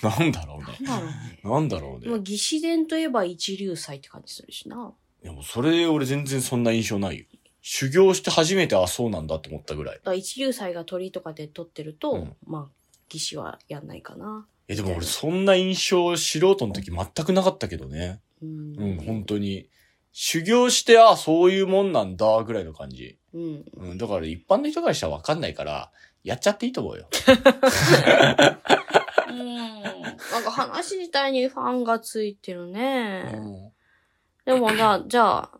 S2: なんだろうね。
S1: なんだろうね。
S2: なんだろう
S1: まあ、
S2: ね。
S1: 義士伝といえば一流祭って感じするしな。
S2: いやもうそれ俺全然そんな印象ないよ。修行して初めてあ、そうなんだって思ったぐらい。
S1: だから一流祭が鳥とかで取ってると、
S2: うん
S1: まあ、義士はやんないかな。
S2: え、でも俺そんな印象素人の時全くなかったけどね。
S1: うん。
S2: うん、本当に。修行して、あ、そういうもんなんだ、ぐらいの感じ。
S1: うん。
S2: うん、だから一般の人からしたらわかんないから、やっちゃっていいと思うよ。
S1: なんか話自体にファンがついてる
S2: う
S1: ね。
S2: ん。
S1: でもな、じゃあ、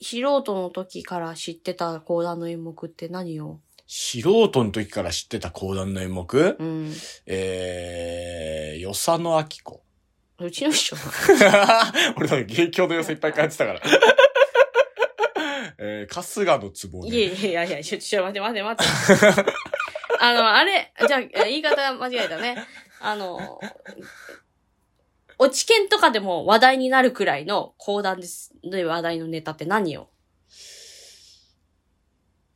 S1: 素人の時から知ってた講談の演目って何を
S2: 素人の時から知ってた講談の演目、
S1: うん。
S2: えー、与謝野明子。
S1: うちの師匠。
S2: 俺なんか芸協の様子いっぱい感じたから。えー、春日の壺ね
S1: いやいやいやいや、ちょ、ちょ、待って待って待って。 あの、あれ、じゃあ、言い方間違えたね。あの、落ち研とかでも話題になるくらいの講談です。で話題のネタって何よ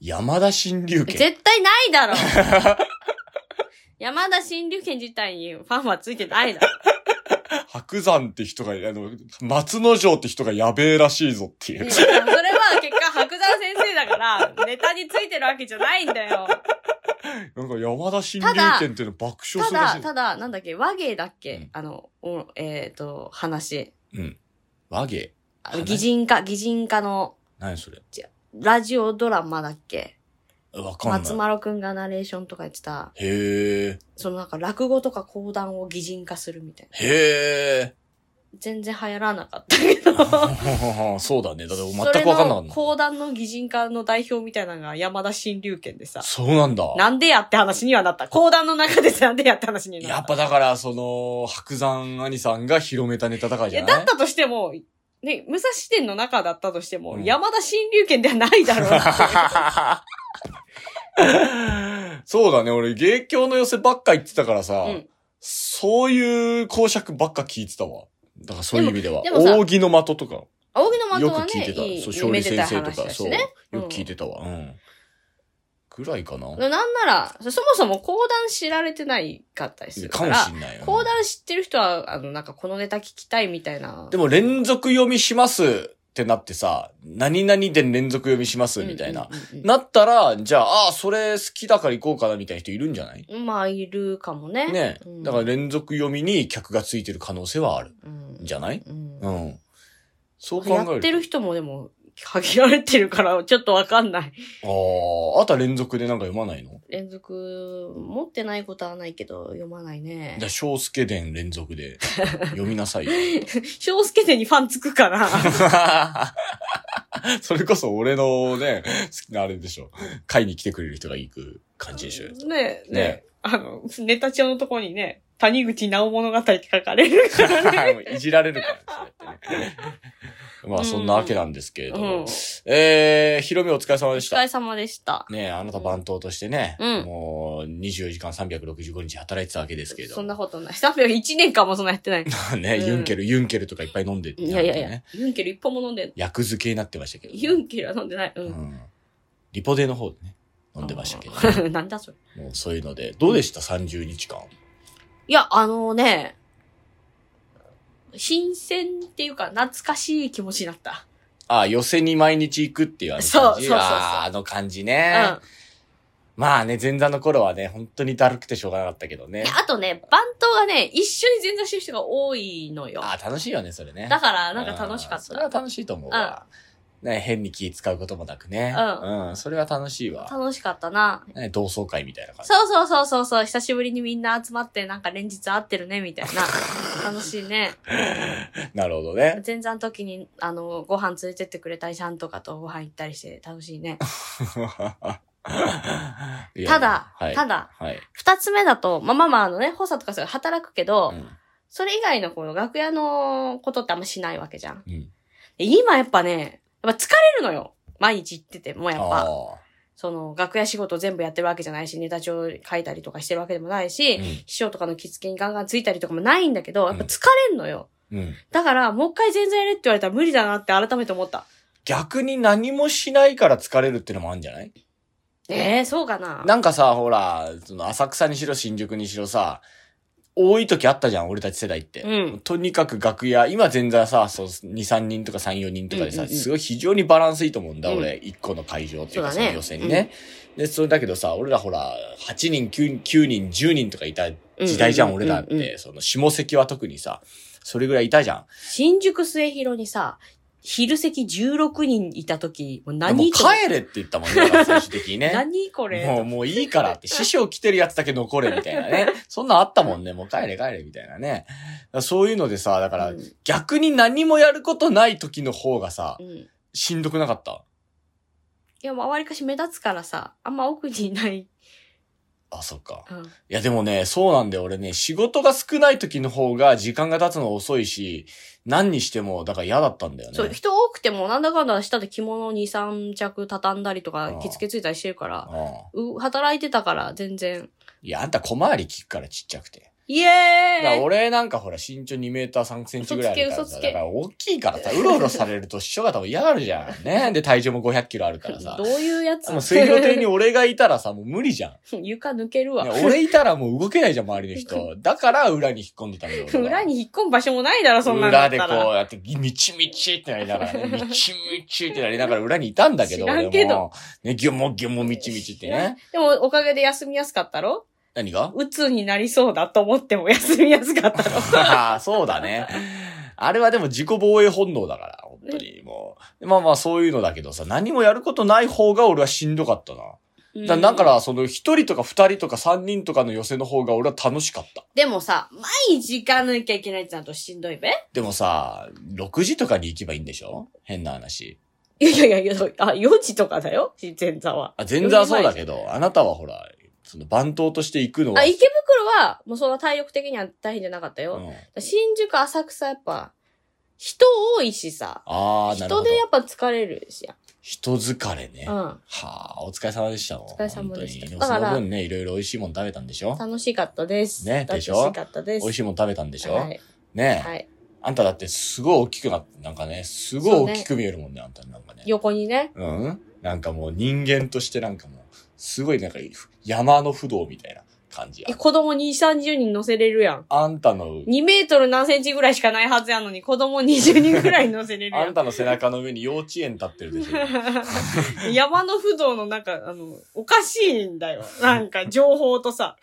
S2: 山田新竜拳。
S1: 絶対ない だろ山田新竜拳自体にファンはついてないだろ
S2: 白山って人が、あの、松之丞って人がやべえらしいぞってい
S1: いや
S2: う。
S1: それは結果白山先生だから、ネタについてるわけじゃないんだよ。
S2: なんか山田新竜拳っていうの爆笑
S1: た
S2: するらし
S1: だ、。
S2: い
S1: ただ、なんだっけ、和芸だっけ、
S2: うん
S1: あの、おえっ、と、話。
S2: 和芸
S1: あ
S2: 話
S1: の擬人化、擬人化の
S2: 何それ
S1: ラジオドラマだっけ
S2: わかん
S1: 松
S2: ない。
S1: 丸くんがナレーションとかやってた、
S2: へえ、
S1: そのなんか落語とか講談を擬人化するみたいな。
S2: へえ。
S1: 全然流行らなかったけど。
S2: そうだね。だって 全くわかんな
S1: そ
S2: か
S1: れ
S2: っ
S1: の
S2: た。
S1: 講談の擬人化の代表みたいなのが山田新竜拳でさ。
S2: そうなんだ。
S1: なんでやって話にはなった。講談の中でなんでやって話にな
S2: や
S1: っ。
S2: ったぱだから、その、白山兄さんが広めたネタだからじ
S1: え
S2: ゃ
S1: だ
S2: な
S1: っ
S2: い
S1: たとしても、ね、武蔵店の中だったとしても、
S2: うん
S1: 山田新竜拳ではないだろ うなっていう。
S2: そうだね。俺、芸協の寄せばっか言ってたからさ、
S1: うん
S2: そういう公爵ばっか聞いてたわ。だからそういう意味では。
S1: でもでもさ
S2: 扇の的とか、
S1: 青木の的
S2: よく
S1: は
S2: 聞い
S1: ね、
S2: てた。
S1: いい
S2: そう、勝利
S1: めでた
S2: 先
S1: い
S2: 生と
S1: 話
S2: か、
S1: だし
S2: そう、
S1: ね。うん
S2: よく聞いてたわ。うん。ぐらいかな。
S1: なんなら、そそもそも講談知られてないかったりする
S2: か
S1: か
S2: も
S1: ら
S2: し、んないよ。
S1: 講談知ってる人は、あの、なんかこのネタ聞きたいみたいな。
S2: でも連続読みしますってなってさ、何々で連続読みしますみたいな。
S1: うんうんうんうん
S2: なったら、じゃあ、あーそれ好きだから行こうかなみたいな人いるんじゃない
S1: まあ、いるかもね。
S2: ねえ
S1: うん
S2: だから連続読みに客がついてる可能性はある。
S1: うん
S2: じゃない
S1: うん
S2: うん。そう考え
S1: や
S2: ると。
S1: ってる人もでも、限られてるから、 ちょっとわかんない。
S2: ああ、あとは連続でなんか読まないの
S1: 連続、持ってないことはないけど、読まないね
S2: じゃあ、。小助伝連 続で読みなさいよ。
S1: 翔介でにファンつくから。
S2: それこそ俺のね、好きなあれでしょ。会に来てくれる人が行く感じでしょ。
S1: ねえ、ね
S2: ね
S1: え。あの、ネタ帳のとこにね、谷口直物語って書かれるか ら。
S2: いじられるからですねそうやってね。 まあ、そんなわけなんですけれども。
S1: うん
S2: えー、ひろみお疲れ様でし
S1: お疲。
S2: た
S1: れ様でした。
S2: ねえ、あなた番頭としてね、
S1: うん
S2: もう24時間365日働いてたわけですけれど。
S1: そんなことない。3秒1年間もそんなやってない。
S2: ね、
S1: うん
S2: ユンケル、ユンケルとかいっぱい飲んで
S1: いやいやい
S2: なんか
S1: や
S2: ね。
S1: ユンケル一本も飲んでん
S2: 薬漬けになってましたけどね、
S1: ユンケルは飲んでない。う。
S2: うんん。リポデの方でね、飲んでましたけどね、
S1: ど。 なんだそれ。
S2: もうそういうので、どうでした ?30 日間。
S1: いや、あのね、新鮮っていうか、懐かしい気持ちになった。
S2: ああ、寄せに毎日行くっていうあの感じ。
S1: そうそうそうそう
S2: ああ、あの感じ
S1: うん。
S2: ね。まあね、前座の頃はね、本当にだるくてしょうがなかったけどね
S1: いや。あとね、番頭がね、一緒に前座してる人が多いのよ。
S2: ああ、楽しいよね、それね。
S1: だから、なんか楽しか
S2: うん
S1: っ
S2: それは
S1: た。
S2: 楽しいと思うわ。ね、変に気使うこともなくね。
S1: う
S2: うん、それは楽しいわ。
S1: 楽しかったな。
S2: ね、同窓会みたいな感じ。
S1: そうそうそうそうそう、久しぶりにみんな集まって、なんか連日会ってるね、みたいな。楽しいね。
S2: なるほど ね。
S1: 前座の時に、あの、ご飯連れてってくれたり、ちゃんとかとご飯行ったりして楽しいね。
S2: いや
S1: ただ、
S2: はい、
S1: ただ、
S2: はい。
S1: 二つ目だと、まあまあまあ、あのね、補佐とかそういう働くけど、
S2: うん
S1: それ以外のこの楽屋のことってあんましないわけじゃん。
S2: うん。
S1: で今やっぱね、やっぱ疲れるのよ。毎日行ってて、もうやっ
S2: あ
S1: ぱ、
S2: ー
S1: その、楽屋仕事全部やってるわけじゃないし、ネタ帳書いたりとかしてるわけでもないし、
S2: うん
S1: 師匠とかの着付けにガンガンついたりとかもないんだけど、やっぱ疲れんのよ。
S2: うん。
S1: だから、もう一回全然やれって言われたら無理だなって改めて思った。
S2: 逆に何もしないから疲れるってのもあるんじゃない
S1: ええそうかな
S2: なんかさ、ほら、その浅草にしろ新宿にしろさ、多い時あったじゃん、俺たち世代って。
S1: うん
S2: とにかく楽屋、今全然さ、そう、2、3人とか3、4人とかでさ、
S1: うんうんうん
S2: すごい非常にバランスいいと思うんだ、
S1: うん
S2: 俺。1個の会場っていう
S1: そう
S2: か、そ
S1: だね
S2: の予選にね。で、それだけどさ、俺らほら、8人、9, 9人、10人とかいた時代じゃん、
S1: うんうんう
S2: 俺
S1: んうん
S2: らって。その、下関は特にさ、それぐらいいたじゃん。
S1: 新宿末広にさ、昼席16人いた時、もう
S2: もう
S1: 何これ、
S2: 帰れって言った もんね、だから最終的にね。
S1: 何これ
S2: もう、もういいか らって、師匠来てるやつだけ残れみたいなね。そんなんあったもんね。もう帰れ帰れみたいなね。だからそういうのでさ、だから
S1: うん
S2: 逆に何もやることない時の方がさ
S1: う、ん。い
S2: しんどくなかった。
S1: や、まあ、わりかし目立つからさ、あんま奥にいない。
S2: あ、そっか。
S1: うん。
S2: いやでもね、そうなんだよ。俺ね、仕事が少ない時の方が時間が経つの遅いし、何にしても、だから嫌だったんだよね。
S1: そう、人多くても、なんだかんだ下で着物2、3着畳んだりと
S2: あ
S1: か
S2: あ、
S1: 着付けついたりしてるから、
S2: うん。
S1: う働いてたから、全然。
S2: いや、あんた小回り聞くからちっちゃくて。
S1: イ
S2: だから
S1: エーイ
S2: 俺なんかほら身長2メーター3センチぐらいあるから
S1: 嘘つ
S2: さ、
S1: け
S2: だから大きいからさ、うろうろされると師匠方も嫌がるじゃ ん。ね。で体重も500キロあるからさ
S1: どう。いうやつ
S2: もう水路亭に俺がいたらさ、もう無理じゃん。
S1: 床抜けるわ。
S2: ね俺いたらもう動けないじゃん、周り の人。だから裏に引っ込んでたんだよ。俺は
S1: 裏に引っ込む場所もないだろ、そんなのだ
S2: 裏
S1: った
S2: で
S1: ら。
S2: こうやって、みちみちってなりながらね、みちみちってなりながら裏にいたんだけど、
S1: 知らんけ
S2: 俺
S1: ど
S2: も。ね、ぎょもぎょもみちみちってね。
S1: でも、おかげで休みやすかったろ
S2: 何が
S1: うつになりそうだと思っても休みやすかったろ
S2: ああ、 そうだね。あれはでも自己防衛本能だから、本当にもう。まあまあそういうのだけどさ、何もやることない方が俺はしんどかったな。だだか、
S1: うん
S2: らその一人とか二人とか三人とかの寄せの方が俺は楽しかった。
S1: でもさ、毎日行かなきゃいけないってなるとしんどいべ
S2: でもさ、6時とかに行けばいいんでしょ変な話。
S1: いやいやいや、そうあ、4時とかだよ前座は。
S2: あ、前座はそうだ
S1: ど。
S2: けど、あなたはほら、その番頭として行くのは。
S1: あ、池袋は、もうそんな体力的には大変じゃなかったよ。
S2: うん、
S1: 新宿、浅草やっぱ、人多いしさ。
S2: あー、なるほ
S1: 人
S2: ど
S1: で。やっぱ疲れるしや。
S2: 人疲れね。
S1: う
S2: は
S1: ん。
S2: あ、お疲れ様でしたお
S1: 疲れ様でした
S2: そ
S1: だ
S2: の
S1: から
S2: 分ね、いろいろ美味しいもの食べたんでしょ
S1: 楽しかったです。
S2: ねでしょ
S1: 楽しかったです。
S2: 美味しいもの食べたんでしょ、
S1: はい。
S2: ねえ、
S1: はい。
S2: あんただってすごい大きくなって、なんかね、すごい大きく見えるもんね、あんたなんかね。
S1: 横にね。
S2: うんなんかもう人間としてなんかもう、すごいなんか山の不動みたいな感じ
S1: え、。子供2、30人乗せれるやん。
S2: あんたの、
S1: 2メートル何センチぐらいしかないはずやのに、子供20人ぐらい乗せれる
S2: あ
S1: や
S2: んたの背中の上に幼稚園立ってるでし ょ。
S1: ん。山の不動のなんか、あの、おかしいんだよ。なんか、情報とさ。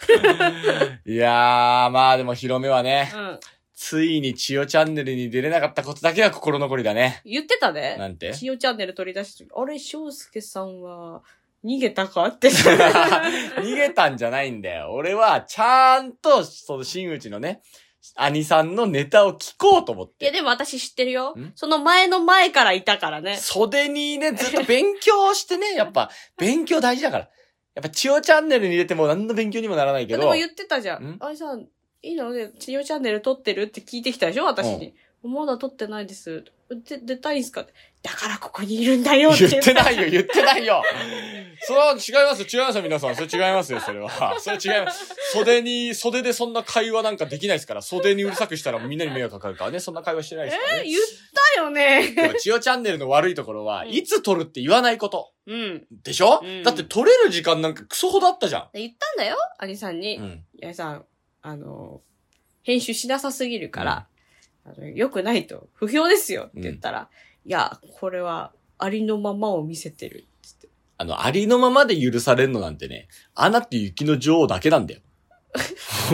S2: いやー、まあでも広めはね、
S1: うん。
S2: ついに千代チャンネルに出れなかったことだけが心残りだね。
S1: 言ってたで、
S2: なんて
S1: 千代チャンネル取り出した時、あれ、翔介さんは、逃げたか って。
S2: 逃げたんじゃないんだよ。俺は、ちゃんと、その、新内のね、兄さんのネタを聞こうと思っ
S1: いや、
S2: て。
S1: でも私知ってるよ
S2: ん。
S1: その前の前からいたからね。
S2: 袖にね、ずっと勉強して ね、やっぱ、勉強大事だから。やっぱ、千代チャンネルに入れても何の勉強にもならないけ
S1: で
S2: ど
S1: も、言ってたじゃ
S2: ん
S1: ん。あれさ、いいのね、千代チャンネル撮ってるって聞いてきたでしょ私に。まだ撮ってないです。で出たいんすかだからここにいるんだよって
S2: 言ってないよ、
S1: よ。
S2: 言ってないよ。それは違いますよ、違いますよ、皆さん。それ違いますよ、それは。それ違います。袖に、袖でそんな会話なんかできないですから、袖にうるさくしたらみんなに迷惑かかるからね、そんな会話してないですから、 ね。
S1: え言ったよね。
S2: でも、千代チャンネルの悪いところは、
S1: うん
S2: いつ撮るって言わないこと。
S1: うん。
S2: でしょ、
S1: うん
S2: だって撮れる時間なんかクソほどあったじゃ
S1: 言ったんだよ、兄さんに。
S2: ん。うん。
S1: いやさん、あの、編集しなさすぎるから、あの良くないと、不評ですよって言ったら、いや、これはありのままを見せてる。つって
S2: あの、ありのままで許されるのなんてね、アナって雪の女王だけなんだよ。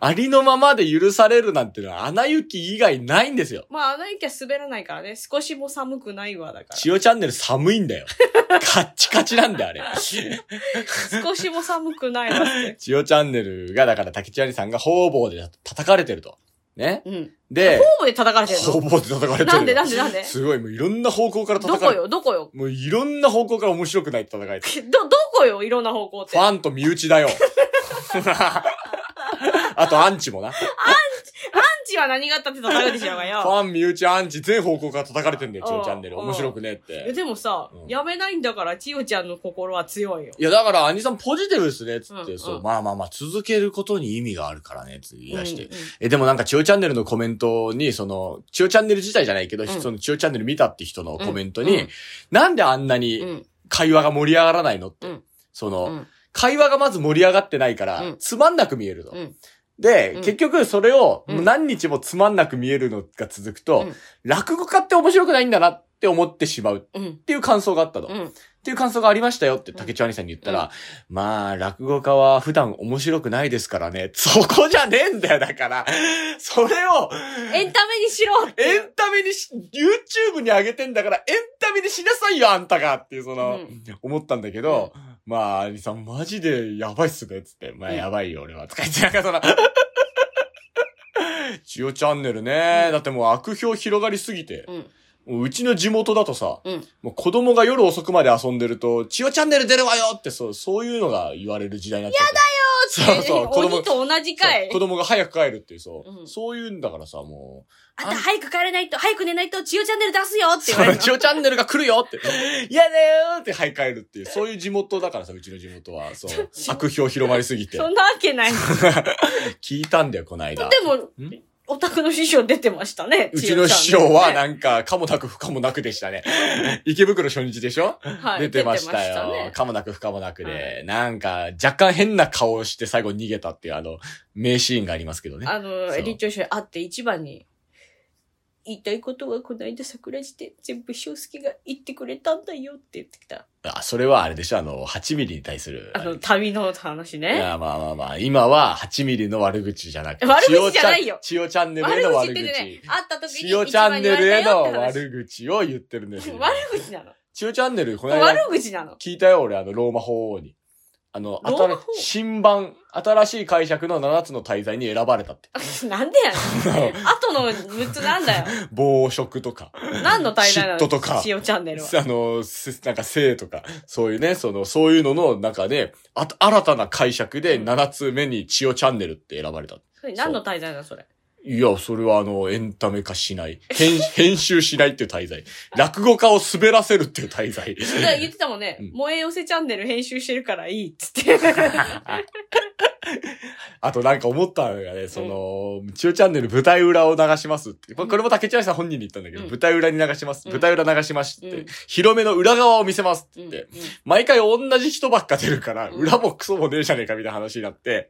S2: ありのままで許されるなんてのは、アナ雪以外ないんですよ。
S1: まあ、あの雪は滑らないからね、少しも寒くないわ、だ から。
S2: 千代チャンネル寒い んだよ。カッチカチなんだよ、あれ。
S1: 少しも寒くないわって。
S2: 千代チャンネルが、だから竹千代さんが方々で叩かれてると。ね。
S1: うん。
S2: で、
S1: ホームで叩かれて
S2: 方
S1: る
S2: 々で叩かれてる
S1: の
S2: の。
S1: なんでなんでなんです
S2: ごい、もういろんな方向から叩
S1: ど
S2: か
S1: こ
S2: れて
S1: よどこよ
S2: もういろんな方向から面白くない戦い。
S1: ど、どこよいろんな方向っ
S2: フ
S1: て。
S2: ァンと身内だよ。 あとアンチもな。フ
S1: アンチは何があったって叩くでしょうがよ。
S2: ァン、身内、アンチ、全方向から叩かれてんだよ、
S1: うん
S2: 千代チャンネル。面白くねえっ
S1: いや
S2: て。
S1: でもさ、
S2: うん
S1: やめないんだから、千代ちゃんの心は強いよ。
S2: いや、だから、兄さんポジティブですね、つって。
S1: うん
S2: そうう、
S1: ん
S2: まあまあまあ、続けることに意味があるからね、つって言い出して。
S1: うんうん
S2: え、でもなんか、千代チャンネルのコメントに、その、千代チャンネル自体じゃないけど、その千代チャンネル見たって人のコメントに、
S1: うん
S2: なんであんな
S1: う
S2: に
S1: ん。
S2: 会話が盛り上がらないのって。
S1: うん
S2: そうの、
S1: ん。
S2: 会話がまず盛り上がってないから、
S1: うん
S2: つまんなく見えると。
S1: うん
S2: で、
S1: うん
S2: 結局それを
S1: うん
S2: 何日もつまんなく見えるのが続くと、
S1: うん
S2: 落語家って面白くないんだなって思ってしまうっ
S1: うん。
S2: ていう感想があったの。
S1: う
S2: っ
S1: ん。
S2: ていう感想がありましたよって竹内兄さんに言ったら、まあ、落語家は普段面白くないですからね。そこじゃねえんだよ、だから。それを、
S1: エンタメにしろ
S2: エンタメにし、YouTube に上げてんだから、エンタメにしなさいよ、あんたがっていう、その、
S1: うん
S2: 思ったんだけど、まあ、兄さん、マジでやばいっすね、つって。まあ、
S1: うん
S2: やばいよ、俺は。とか言って、なん かその、千代チャンネルね、だってもう悪評広がりすぎて
S1: う、ん。
S2: もううちの地元だとさ、
S1: うん。
S2: もう子供が夜遅くまで遊んでると、千代チャンネル出るわよって、そう、そういうのが言われる時代になっちゃって。やだよ そう そう、子供
S1: 鬼と同じかい
S2: そう。子供が早く帰るっていう、そう、
S1: うん
S2: そういうんだからさ、もう、
S1: あんた早く帰らないと、早く寝ないと、千代チャンネル出すよって 言 われるの。
S2: 一応チャンネルが来るよって。嫌だよーって、はい、帰るっていう。そういう地元だからさ、うちの地元 は。そう。悪評広まりすぎて。
S1: そんなわけ ない。
S2: 聞いたんだよ、この間。
S1: でも、お宅の師匠出てましたね。
S2: うちの師
S1: 千代
S2: 匠は
S1: ちゃんね
S2: なんか、 かもなく不可もなくで したね。池袋初日でしょ、
S1: はい
S2: 出てました
S1: 出てま
S2: よ。
S1: ね
S2: かもなく不可もなく
S1: は
S2: で、なんか、若干変な顔をして最後逃げたっていう、あの、名シーンがありますけどね。
S1: あ
S2: そ
S1: の、
S2: う
S1: 理長師匠会って一番に、言いたいことはこの間桜地で全部翔介が言ってくれたんだよって言ってきた。
S2: あ、それはあれでしょあの、8ミリに対する。
S1: あの、旅の話
S2: い
S1: ね。
S2: や、まあまあまあ、今は8ミリの悪口じゃなくて。
S1: 悪口じゃないよ
S2: 千代ちゃん千代チャンネル
S1: 悪
S2: への
S1: 口
S2: 悪
S1: って
S2: 口。
S1: ね、会った時に
S2: 千
S1: 一番
S2: 代チャンネルへの
S1: 口。
S2: 悪口を言ってるんですよ。
S1: 悪口なの。
S2: 千代チャンネル、この間
S1: 悪口なの。
S2: 聞いたよ、俺、あの、ローマ法王に。あの、
S1: ローマ法王
S2: 新新版、新しい解釈の7つの大罪に選ばれたって。
S1: なんでやねん。あとの6つなんだよ。
S2: 暴食とか、
S1: 何の対談なの
S2: 嫉妬とか
S1: 塩チャンネルは。
S2: あの、せなんか性とか、そういうね、その、そういうのの中で、あ新たな解釈で7つ目に千代チャンネルって選ばれた。
S1: それ何の滞在なのそれ。
S2: いや、それはあの、エンタメ化しない。編、 編集しないっていう滞在。落語家を滑らせるっていう滞在。
S1: だから言ってたもんね、
S2: うん
S1: 萌え寄せチャンネル編集してるからいいっつ って。
S2: あとなんか思ったのがね、その、千代チャンネル舞台裏を流しますって。これも竹内さん本人に言ったんだけど、
S1: うん
S2: 舞台裏に流します。
S1: うん
S2: 舞台裏流しますって、
S1: うん
S2: 広めの裏側を見せますっ
S1: う
S2: て言
S1: ん
S2: って、
S1: うん
S2: 毎回同じ人ばっか出るから、
S1: うん
S2: 裏もクソもねえじゃねえかみたいな話になって、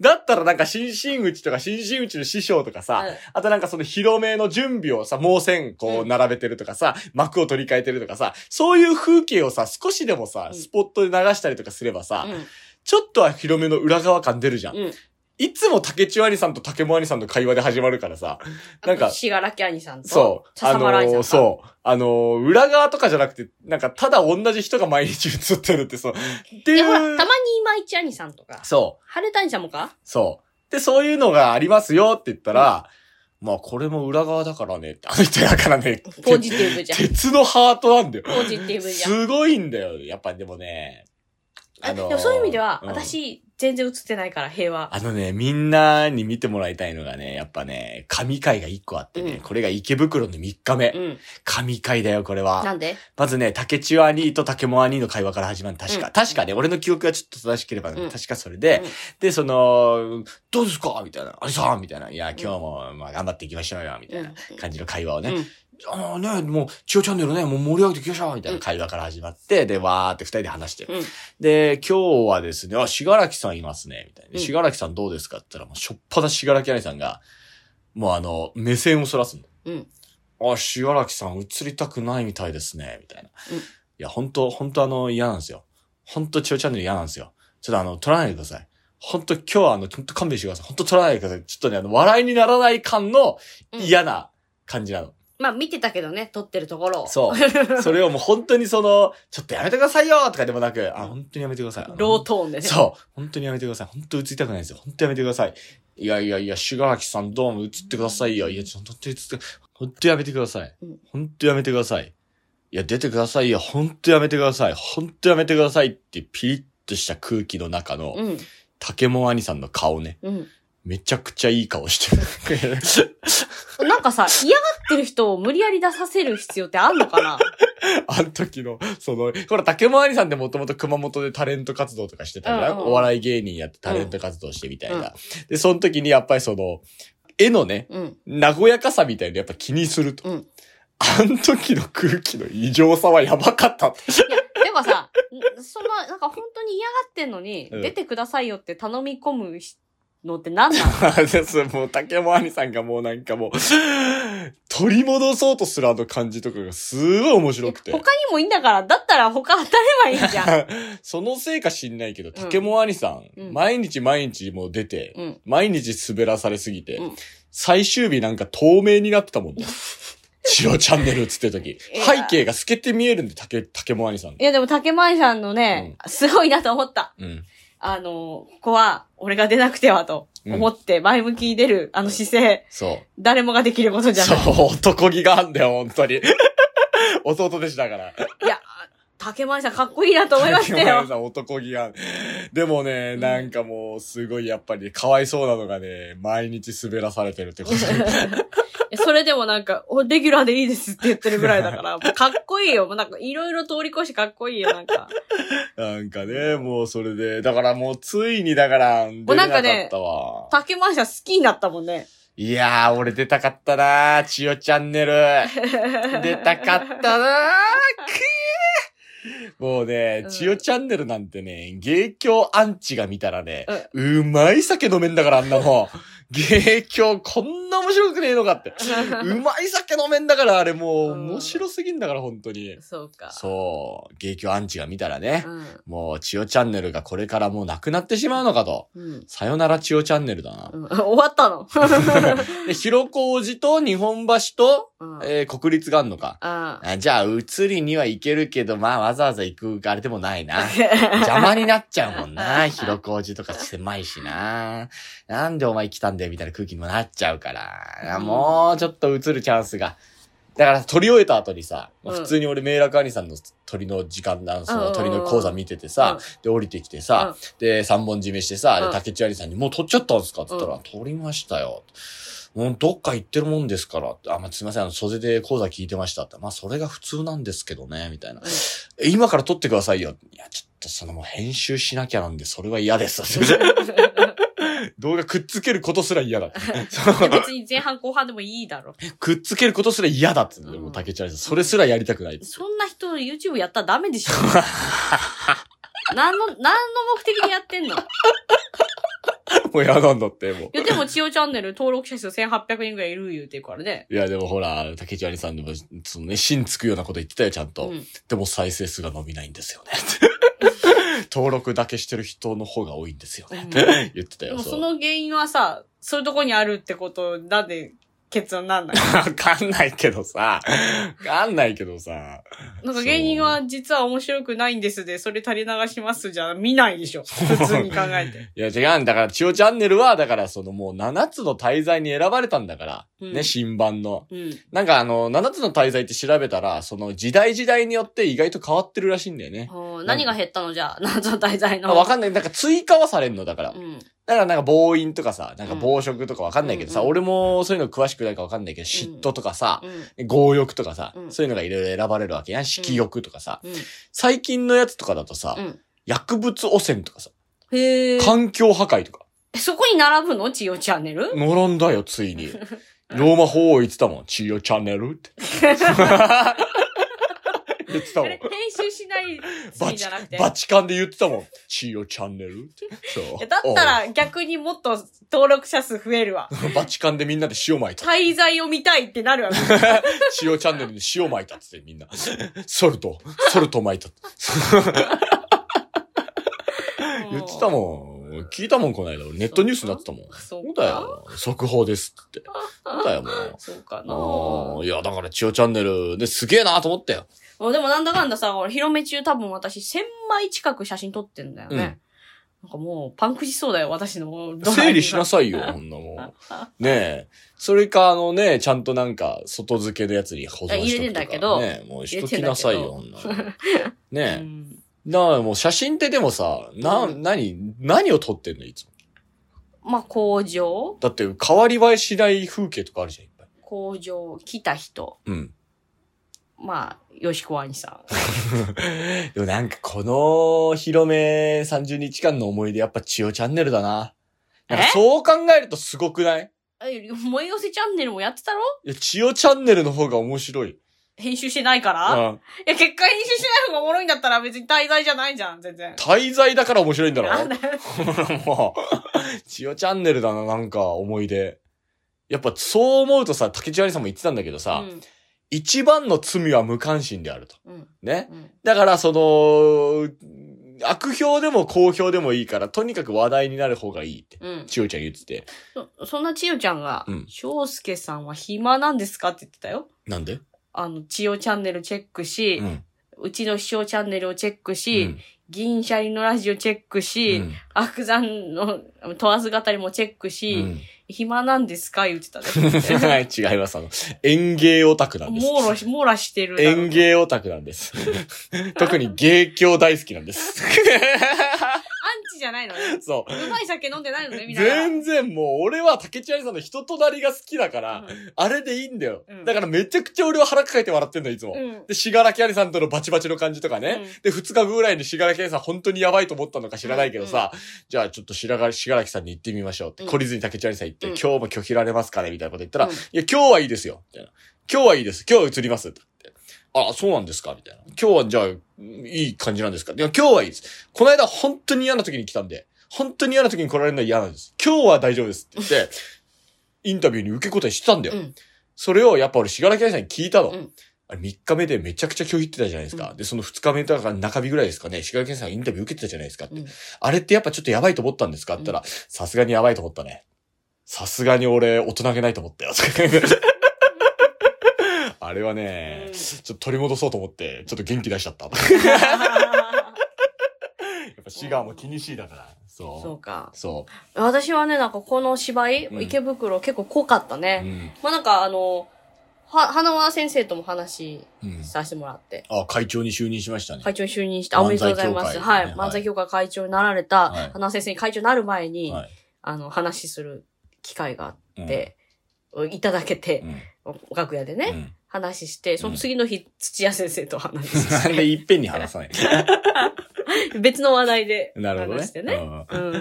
S2: だったらなんか新進口とか新進口の師匠とかさ、
S1: うん
S2: あとなんかその広めの準備をさ、盲線こう並べてるとかさ、幕を取り替えてるとかさ、そういう風景をさ、少しでもさ、
S1: うん
S2: スポットで流したりとかすればさ、
S1: うん
S2: ちょっとは広めの裏側感出るじゃん。
S1: うん
S2: いつも竹千代兄さんと竹も兄さんの会話で始まるからさ、なん
S1: あ
S2: か
S1: と、しがらき兄さんと、
S2: そう。あ
S1: 笹
S2: の
S1: 丸兄さん
S2: ー、
S1: か
S2: そう。あのー、裏側とかじゃなくて、なんか、ただ同じ人が毎日映ってるって、そう。って
S1: で、
S2: い
S1: ほら、たま
S2: う
S1: に。今市兄さんとか、
S2: そう。
S1: 春田兄さんもか
S2: そう。で、そういうのがありますよって言ったら、まあ、これも裏側だからねって。あの人だからね。
S1: ポジティブじゃん。
S2: 鉄のハートなんだよ。
S1: ポジティブじゃん。
S2: すごいんだよ。やっぱでもね。
S1: あでもそういう意味では、
S2: うん
S1: 私、全然映ってないから、平和。
S2: あのね、みんなに見てもらいたいのがね、やっぱね、神回が1個あってね、
S1: うん
S2: これが池袋の3日目。
S1: うん。
S2: 神回だよ、これ
S1: な
S2: は。
S1: んで
S2: まずね、竹千代兄と竹も兄の会話から始まる。確か。
S1: うん
S2: 確かね、俺の記憶がちょっと正しければ、
S1: うん
S2: 確かそれで、
S1: うん
S2: で、その、どうですかみたいな。あれさんみたいな。いや、今日も、まあ、頑張っていきましょうよ、みたいな
S1: うん
S2: 感じの会話をね。
S1: うん
S2: あのね、もう、千代チャンネルね、もう盛り上げていきましょうみたいな会話から始まって、で、わーって二人で話して
S1: うん
S2: で、今日はですね、あ、しがらきさんいますね、みたい
S1: うん
S2: な。しがらきさんどうですかって言ったら、もう、しょっぱだしがらきありさんが、もうあの、目線をそらすの。
S1: うん
S2: あ、しがらきさん映りたくないみたいですね、みたいな。
S1: うん
S2: いや、本当本当あの、嫌なんですよ。本当千代チャンネル嫌なんですよ。ちょっとあの、撮らないでください。本当今日はあの、本当勘弁してください。本当撮らないでください。ちょっとね、あの、笑いにならない感の嫌な感じなの。
S1: まあ、見てたけどね、撮ってるところを。
S2: そう。それをもう本当にその、ちょっとやめてくださいよとかでもなく、あ、本当にやめてください。
S1: ロートーンでね。
S2: そう。本当にやめてください。本当に映りたくないですよ。本当にやめてください。いやいやいや、シュガラキさんどうも映ってくださいよ。いや、ちょっと本当に映って、本当にやめてください
S1: うん。
S2: 本当にやめてください。いや、出てくださいよ。本当にやめてください。本当にやめてくださいって、ピリッとした空気の中の、
S1: うん。
S2: 竹も兄さんの顔ね。
S1: うん。
S2: めちゃくちゃいい顔してる。
S1: なんかさ、嫌がってる人を無理やり出させる必要ってあんのか な
S2: あの時の、その、ほら、竹回りさんってもともと熊本でタレント活動とかしてたから、
S1: うんうん
S2: お笑い芸人やってタレント活動してみたいな。で、その時にやっぱりその、絵のね、
S1: うん。
S2: 和やかさみたいなやっぱ気にすると。
S1: うん
S2: あの時の空気の異常さはやばかった。
S1: いや、でもさ、んその、なんか本当に嫌がってんのに、
S2: うん
S1: 出てくださいよって頼み込むひのって何なの
S2: あ れです、もう竹も兄さんがもうなんかもう、取り戻そうとするあの感じとかがすごい面白くて
S1: 他に。もいいんだから、だったら他当たればいいじ ゃん。
S2: そのせいか知んないけど、竹も兄さん、
S1: うん
S2: 毎日毎日もう出て、
S1: うん。
S2: 毎日滑らされすぎて、
S1: うん
S2: 最終日なんか透明になってたも んね。白チャンネル映ってる時。
S1: いや
S2: 背景が透けて見えるんで、竹、竹も兄さんの
S1: い。や、でも竹前さんのね、すごいなと思った。
S2: うん。
S1: あの、ここは、俺が出なくてはと思って前向きに出る、あの姿勢、
S2: そう。
S1: 誰もができることじゃ
S2: そ
S1: ない。
S2: う、男気があんだよ、本当に。 弟弟子だから。
S1: いや、竹前さんかっこいいなと思いました
S2: 竹丸
S1: よ。
S2: さん男気がある。でもね、
S1: ん
S2: なんかもう、すごいやっぱり、かわいそうなのがね、毎日滑らされてるってこと。
S1: それでもなんか、お、レギュラーでいいですって言ってるぐらいだ から、もうかっこいいよ。もうなんか、いろいろ通り越してかっこいいよ、なんか。
S2: なんかね、もうそれで、だからもうついにだから、出れ
S1: うな
S2: なんか
S1: か
S2: っ
S1: ね
S2: たわ。
S1: 竹前さん好きになったもん ね。
S2: いやー、俺出たかったなー、千代チャ ンネル。出たかったなーくーもうね
S1: う、ん
S2: 千代チャンネルなんてね、芸協アンチが見たらね、うまい酒飲めんだからあんなもん。 芸協こんな面白くねえのか って。うまい酒飲めんだからあれもう
S1: うん
S2: 面白すぎんだから本当に。
S1: そうか。
S2: そう、芸協アンチが見たらね、
S1: うん。
S2: もう千代チャンネルがこれからもうなくなってしまうのかと。
S1: うん。
S2: さよなら千代チャンネルだな。
S1: うん終わったの。
S2: で、広小路と日本橋と、
S1: うん
S2: えー国立があんのか。
S1: あ あ
S2: あじゃあ、移りには行けるけど、まあ、わざわざ行くあれでもな いな。邪魔になっちゃうもんな。広小路とか狭いしな。なんでお前来たんだよ、みたいな空気にもなっちゃうから。あもう、ちょっと移るチャンスが。だから、撮り終えた後にさ、まあ
S1: うん
S2: 普通に俺、明楽兄さんの鳥の時間、あのその鳥の講座見ててさ、で、降りてきてさ、で、三本締めしてさ、
S1: うん
S2: で、竹内兄さんに、もう取っちゃったんですかって言ったら、取りましたよ。もうどっか行ってるもんですからって。あ、まあ、すいません、あの、袖で講座聞いてましたって。まあ、それが普通なんですけどね、みたいな。え今から撮ってくださいよ。いや、ちょっとそのもう編集しなきゃなんで、それは嫌です。 動画くっつけることすら嫌 だって。
S1: うん。別に前半後半でもいいだろ。
S2: くっつけることすら嫌だって。もう竹内兄さん、それすらやりたくないって。
S1: そんな人 YouTube やったらダメで しょ。何の、何の目的でやってんのい
S2: もう嫌なんだって、もう。
S1: や、でも、千代チャンネル登録者数1800人ぐらいいる言うてるからね。
S2: いや、でもほら、竹内兄さんでも、そのね、芯つくようなこと言ってたよ、ちゃんと。
S1: うん
S2: でも再生数が伸びないんですよね。 登録だけしてる人の方が多いんですよね。言ってた
S1: で
S2: よ、
S1: も、
S2: そ。
S1: そうの原因はさ、そういうとこにあるってこと、なんで 結論なんない
S2: わかんないけどさ。わかんないけどさ。
S1: なんか芸人は実は面白くないんですで、それ垂れ流しますじゃ見ないでしょ。普通に考えて。
S2: いや、違うんだから、千代チャンネルは、だから、そのもう7つの滞在に選ばれたんだから。
S1: うん
S2: ね、新版の。
S1: うん。
S2: なんかあの、7つの滞在って調べたら、その時代時代によって意外と変わってるらしいんだよね。
S1: おー何が減ったのじゃあ、謎の題材
S2: あ
S1: の。
S2: わかんない。なんか追加はされんの、だから。
S1: うん。
S2: だからなんか暴飲とかさ、なんか暴食とかわかんないけどさ、
S1: うんうん
S2: 俺もそういうの詳しくないからわかんないけど、嫉妬とかさ、
S1: うん。
S2: 強欲とかさ、
S1: うん
S2: そういうのがいろいろ選ばれるわけやん。色欲とかさ、
S1: うん。
S2: 最近のやつとかだとさ、
S1: うん。
S2: 薬物汚染とかさ、
S1: へえ。
S2: 環境破壊とか、
S1: そこに並ぶの千代チャンネル
S2: 並んだよ、つ いに。ローマ法王言ってたもん。チヨチャンネルって。言ってたも
S1: あ
S2: ん
S1: れ。編集しない
S2: バ
S1: シーン
S2: チ
S1: じゃなくて。
S2: バチカンで言ってたもん。チヨチャンネルって。そ
S1: いやだったら逆にもっと登録者数増え るわ。
S2: おうバチカンでみんなで塩まいた。
S1: 滞在を見たいってなるわ。
S2: 塩チャンネルに塩撒いたっつってみんな。ソルト、ソルト撒いたって。言ってた
S1: ん。
S2: もん。聞いたもん、この間。俺ネットニュースになってたもん。
S1: そうう
S2: だ
S1: か。
S2: よ。速報ですって。そうだよ、も
S1: そうかな。
S2: う。うんいや、だから、千代チャンネル、ね、すげえなと思ったよ。
S1: もうでもなんだかんださ、俺広め中多分私1000枚近く写真撮ってんだよね。なんかもうパンクしそうだよ、私の。
S2: 整理しな
S1: さ
S2: さい よ、こんなもん。ねえ。それか、あのね、ちゃんとなんか、外付けのやつに保存しとくとか、ね。
S1: いや入れてんだけど
S2: ねえ、もうしときなさい よ、こんなもん。
S1: う
S2: ね
S1: ん
S2: え。なあ、もう写真ってでもさ、な、
S1: うん
S2: 何、何を撮ってんの、いつも。
S1: まあ工場
S2: だって、変わり映えしない風景とかあるじゃん、いっぱい。
S1: 工場来た人。
S2: うん。
S1: まあ、よしこ兄さん。
S2: でもなんかこの広め30日間の思い出やっぱ千代チャンネルだな。なんか
S1: え
S2: そう考えるとすごくない
S1: え、燃え寄せチャンネルもやってたろ
S2: いや、千代チャンネルの方が面白い。
S1: 編集してないから、い
S2: うん
S1: や、結果編集しない方がおもろいんだったら別に滞在じゃないじゃん、全然。
S2: 滞在だから面白いんだろ
S1: なんだよ。
S2: ほら もう、千代チャンネルだな、なんか思い出。やっぱそう思うとさ、竹千代兄さんも言ってたんだけどさ、
S1: うん
S2: 一番の罪は無関心であると。
S1: うん
S2: ね。
S1: うん
S2: だからその、悪評でも好評でもいいから、とにかく話題になる方がいいって。
S1: うん。
S2: 千代ちゃん言ってて。
S1: そそんな千代ちゃんが
S2: うん、
S1: 翔介さんは暇なんですかって言ってたよ。
S2: なんで
S1: あの、千代チャンネルチェックし、
S2: うん。
S1: うちの視聴チャンネルをチェック
S2: う
S1: し、
S2: ん
S1: 銀シャリのラジオチェックし、
S2: うん
S1: 悪山の問わず語りもチェックし、
S2: うん、
S1: 暇なんですか言ってたね。
S2: 違います。あの、園芸オタクなんです。
S1: 網羅し、網羅してるだろう。
S2: 園芸オタクな んです。特に芸協大好きなんです。
S1: アンチじゃないのね。
S2: そう。
S1: うまい酒飲んでないのね、みんな。
S2: 全然もう俺は竹内愛さんの人となりが好きだから、あれでいいんだよ、
S1: うん
S2: だからめちゃくちゃ俺は腹抱えて笑ってんだよ、いつも。
S1: うん
S2: で、しがらきありさんとのバチバチの感じとかね。
S1: うん
S2: で、二日後ぐらいにしがらきありさん本当にやばいと思ったのか知らないけどさ、じゃあちょっとしらが、しがらきさんに行ってみましょうって、
S1: うん
S2: 懲りずに竹内ありさん行って、
S1: うん
S2: 今日も拒否られますから、みたいなこと言ったら、
S1: うん
S2: いや、今日はいいですよ、みたいな。今日はいいです。今日は移ります。ってあ、そうなんですかみたいな。今日はじゃあ、いい感じなんですかいや、今日はいいです。この間本当に嫌な時に来たんで、本当に嫌な時に来られるのは嫌なんです。今日は大丈夫ですっ て言って、インタビューに受け答えしてたんだよ。
S1: うん
S2: それをやっぱ俺、しがらきありさんに聞いたの。
S1: うん
S2: あれ3日目でめちゃくちゃ拒否ってたじゃないですか。で、その2日目とか中日ぐらいですかね、しがらきありさんがインタビュー受けてたじゃないですかって。
S1: うん
S2: あれってやっぱちょっとやばいと思ったんですかって言ったら、さすがにやばいと思ったね。さすがに俺、大人げないと思ったよ。と か言うあれはね、ちょっと取り戻そうと思って、ちょっと元気出しちゃった。や っぱシガーも気にしいだから。
S1: そ
S2: そう
S1: か
S2: う。。そ
S1: 私はね、なんかこの芝居、
S2: うん
S1: 池袋結構濃かった
S2: う。う
S1: ね。
S2: ん。
S1: まあなんかあの、は、花輪先生とも話
S2: うん。
S1: させてもらって、
S2: あ、会長に就任しましたね。
S1: 会長に就任して、あおめでとうございます。
S2: 漫才協
S1: はい。
S2: 会はい
S1: 漫才協会会長になられた、
S2: はい
S1: 花輪先生に会長になる前に、
S2: はい。
S1: あの、話する機会があ
S2: うん
S1: って、いただけて
S2: う、ん。
S1: お楽屋でね、
S2: うん
S1: 話して、その次の日、土屋先生と話
S2: な
S1: し
S2: んでいっぺんに話さない
S1: て、別の話題で
S2: なるほどね。
S1: 話してね。
S2: う
S1: うんん。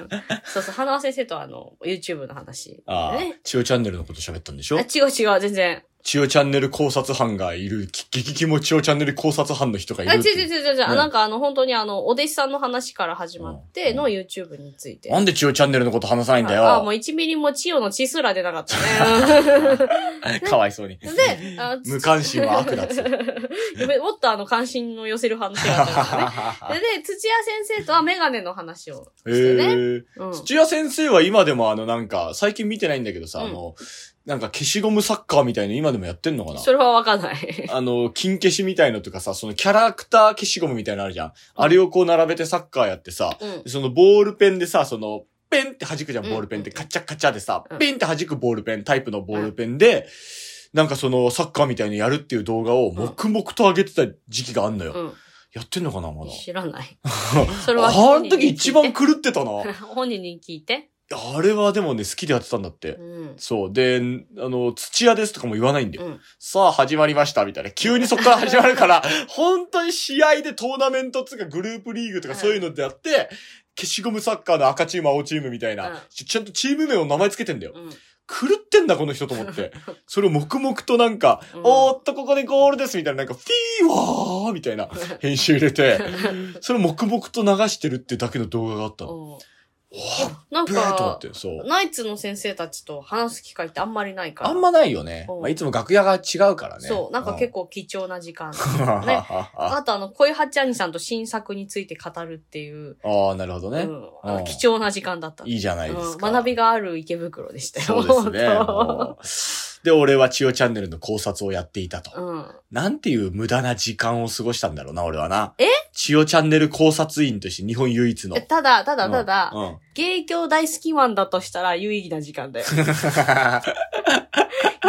S1: そうそう、花輪先生とあの、YouTube の話、
S2: ああ
S1: ね。、
S2: 千代チャンネルのこと喋ったんでし
S1: あ
S2: ょ
S1: 違う違う、全然。
S2: 千代チャンネル考察班がいる、き激キモ千代チャンネル考察班の人がいる
S1: あ、違う
S2: っていう。
S1: 違う違う違う。
S2: ね
S1: なんかあの、本当にあの、お弟子さんの話から始まっての YouTube について。
S2: なんで千代チャンネルのこと話さないんだよ。
S1: あ、もう1ミリも千代の血すら出なか ったね。
S2: かわいそうに。
S1: で、あ
S2: 無関心は悪だっつって
S1: 嫁もっとあの、関心の寄せる話だったからね。 で、で土屋先生とはメガネの話を
S2: へ
S1: してね。
S2: ー
S1: うん。
S2: 土屋先生は今でもあのなんか、最近見てないんだけどさ、
S1: うん
S2: あの、なんか消しゴムサッカーみたいの今でもやってんのかな
S1: それはわかんない。
S2: あの、金消しみたいのとかさ、そのキャラクター消しゴムみたいなのあるじゃん。あれをこう並べてサッカーやってさ、
S1: うん。
S2: そのボールペンでさ、その、ペンって弾くじゃん、
S1: うん
S2: ボールペンって。カチャカチャでさ
S1: う、ん
S2: ペンって弾くボールペン、タイプのボールペンで、なんかその、サッカーみたいにやるっていう動画を黙々と上げてた時期があんのよ。
S1: う
S2: やってんのかな、ま
S1: ん。
S2: だ。
S1: 知らない。 それは
S2: あ
S1: 本
S2: の
S1: 人
S2: 時
S1: に聞いて。
S2: 一番狂ってたな。
S1: 本人に聞いて。
S2: あれはでもね、好きでやってたんだって
S1: う。ん。
S2: そう。で、あの、土屋ですとかも言わないんだよ。
S1: うん
S2: さあ、始まりました、みたいな。急にそっから始まるから、本当に試合でトーナメントとかグループリーグとかそういうのでやって、消しゴムサッカーの赤チーム、青チームみたいな、
S1: うん
S2: ちちゃんとチーム名を名前つけてんだよ。
S1: うん。
S2: 狂ってんだ、この人と 思って。それを黙々となんか、
S1: うん
S2: おーっと、ここでゴールです、みたいな、なんか、フィーワーみたいな編集入れ て、それを黙々と流してるってだけの動画があったの。
S1: うん
S2: わあ、
S1: なん
S2: ブレーと思
S1: か
S2: っ、て、そう。
S1: ナイツの先生たちと話す機会ってあんまりないから。
S2: あんまないよね。
S1: うん
S2: まあ、いつも楽屋が違うからね。
S1: そう。なんか結
S2: 構。
S1: 構貴重な時 間。ね
S2: あ
S1: あとあの、恋八兄さんと新作について語るっていう、
S2: あー、なるほど
S1: うん、
S2: ね。
S1: あの
S2: うん
S1: 貴重な時間だった。
S2: いいじゃないです
S1: うん、
S2: か。
S1: 学びがある池袋でした
S2: そ
S1: よ。
S2: うですね。
S1: 本
S2: もうで、俺は千代チャンネルの考察をやっていたと。
S1: 当うん。
S2: なんていう無駄な時間を過ごしたんだろうな、俺はな。
S1: え
S2: 千代チャンネル考察員として日本唯一の
S1: え。ただ、ただ、ただ、
S2: うん うん
S1: 芸協大好きマンだとしたら有意義な時間 だよ。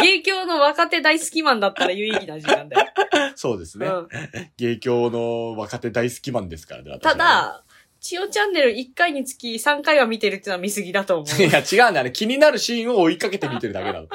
S1: 芸協の若手大好きマンだったら有意義な時間だよ。
S2: そうですね
S1: う。ん、
S2: 芸協の若手大好きマンですからね。私は
S1: た
S2: ね、
S1: だ、千代チャンネル1回につき3回は見てるってのは見過ぎだと 思う。
S2: いや、違うんだよね。気になるシーンを追いかけて見てるだけなの。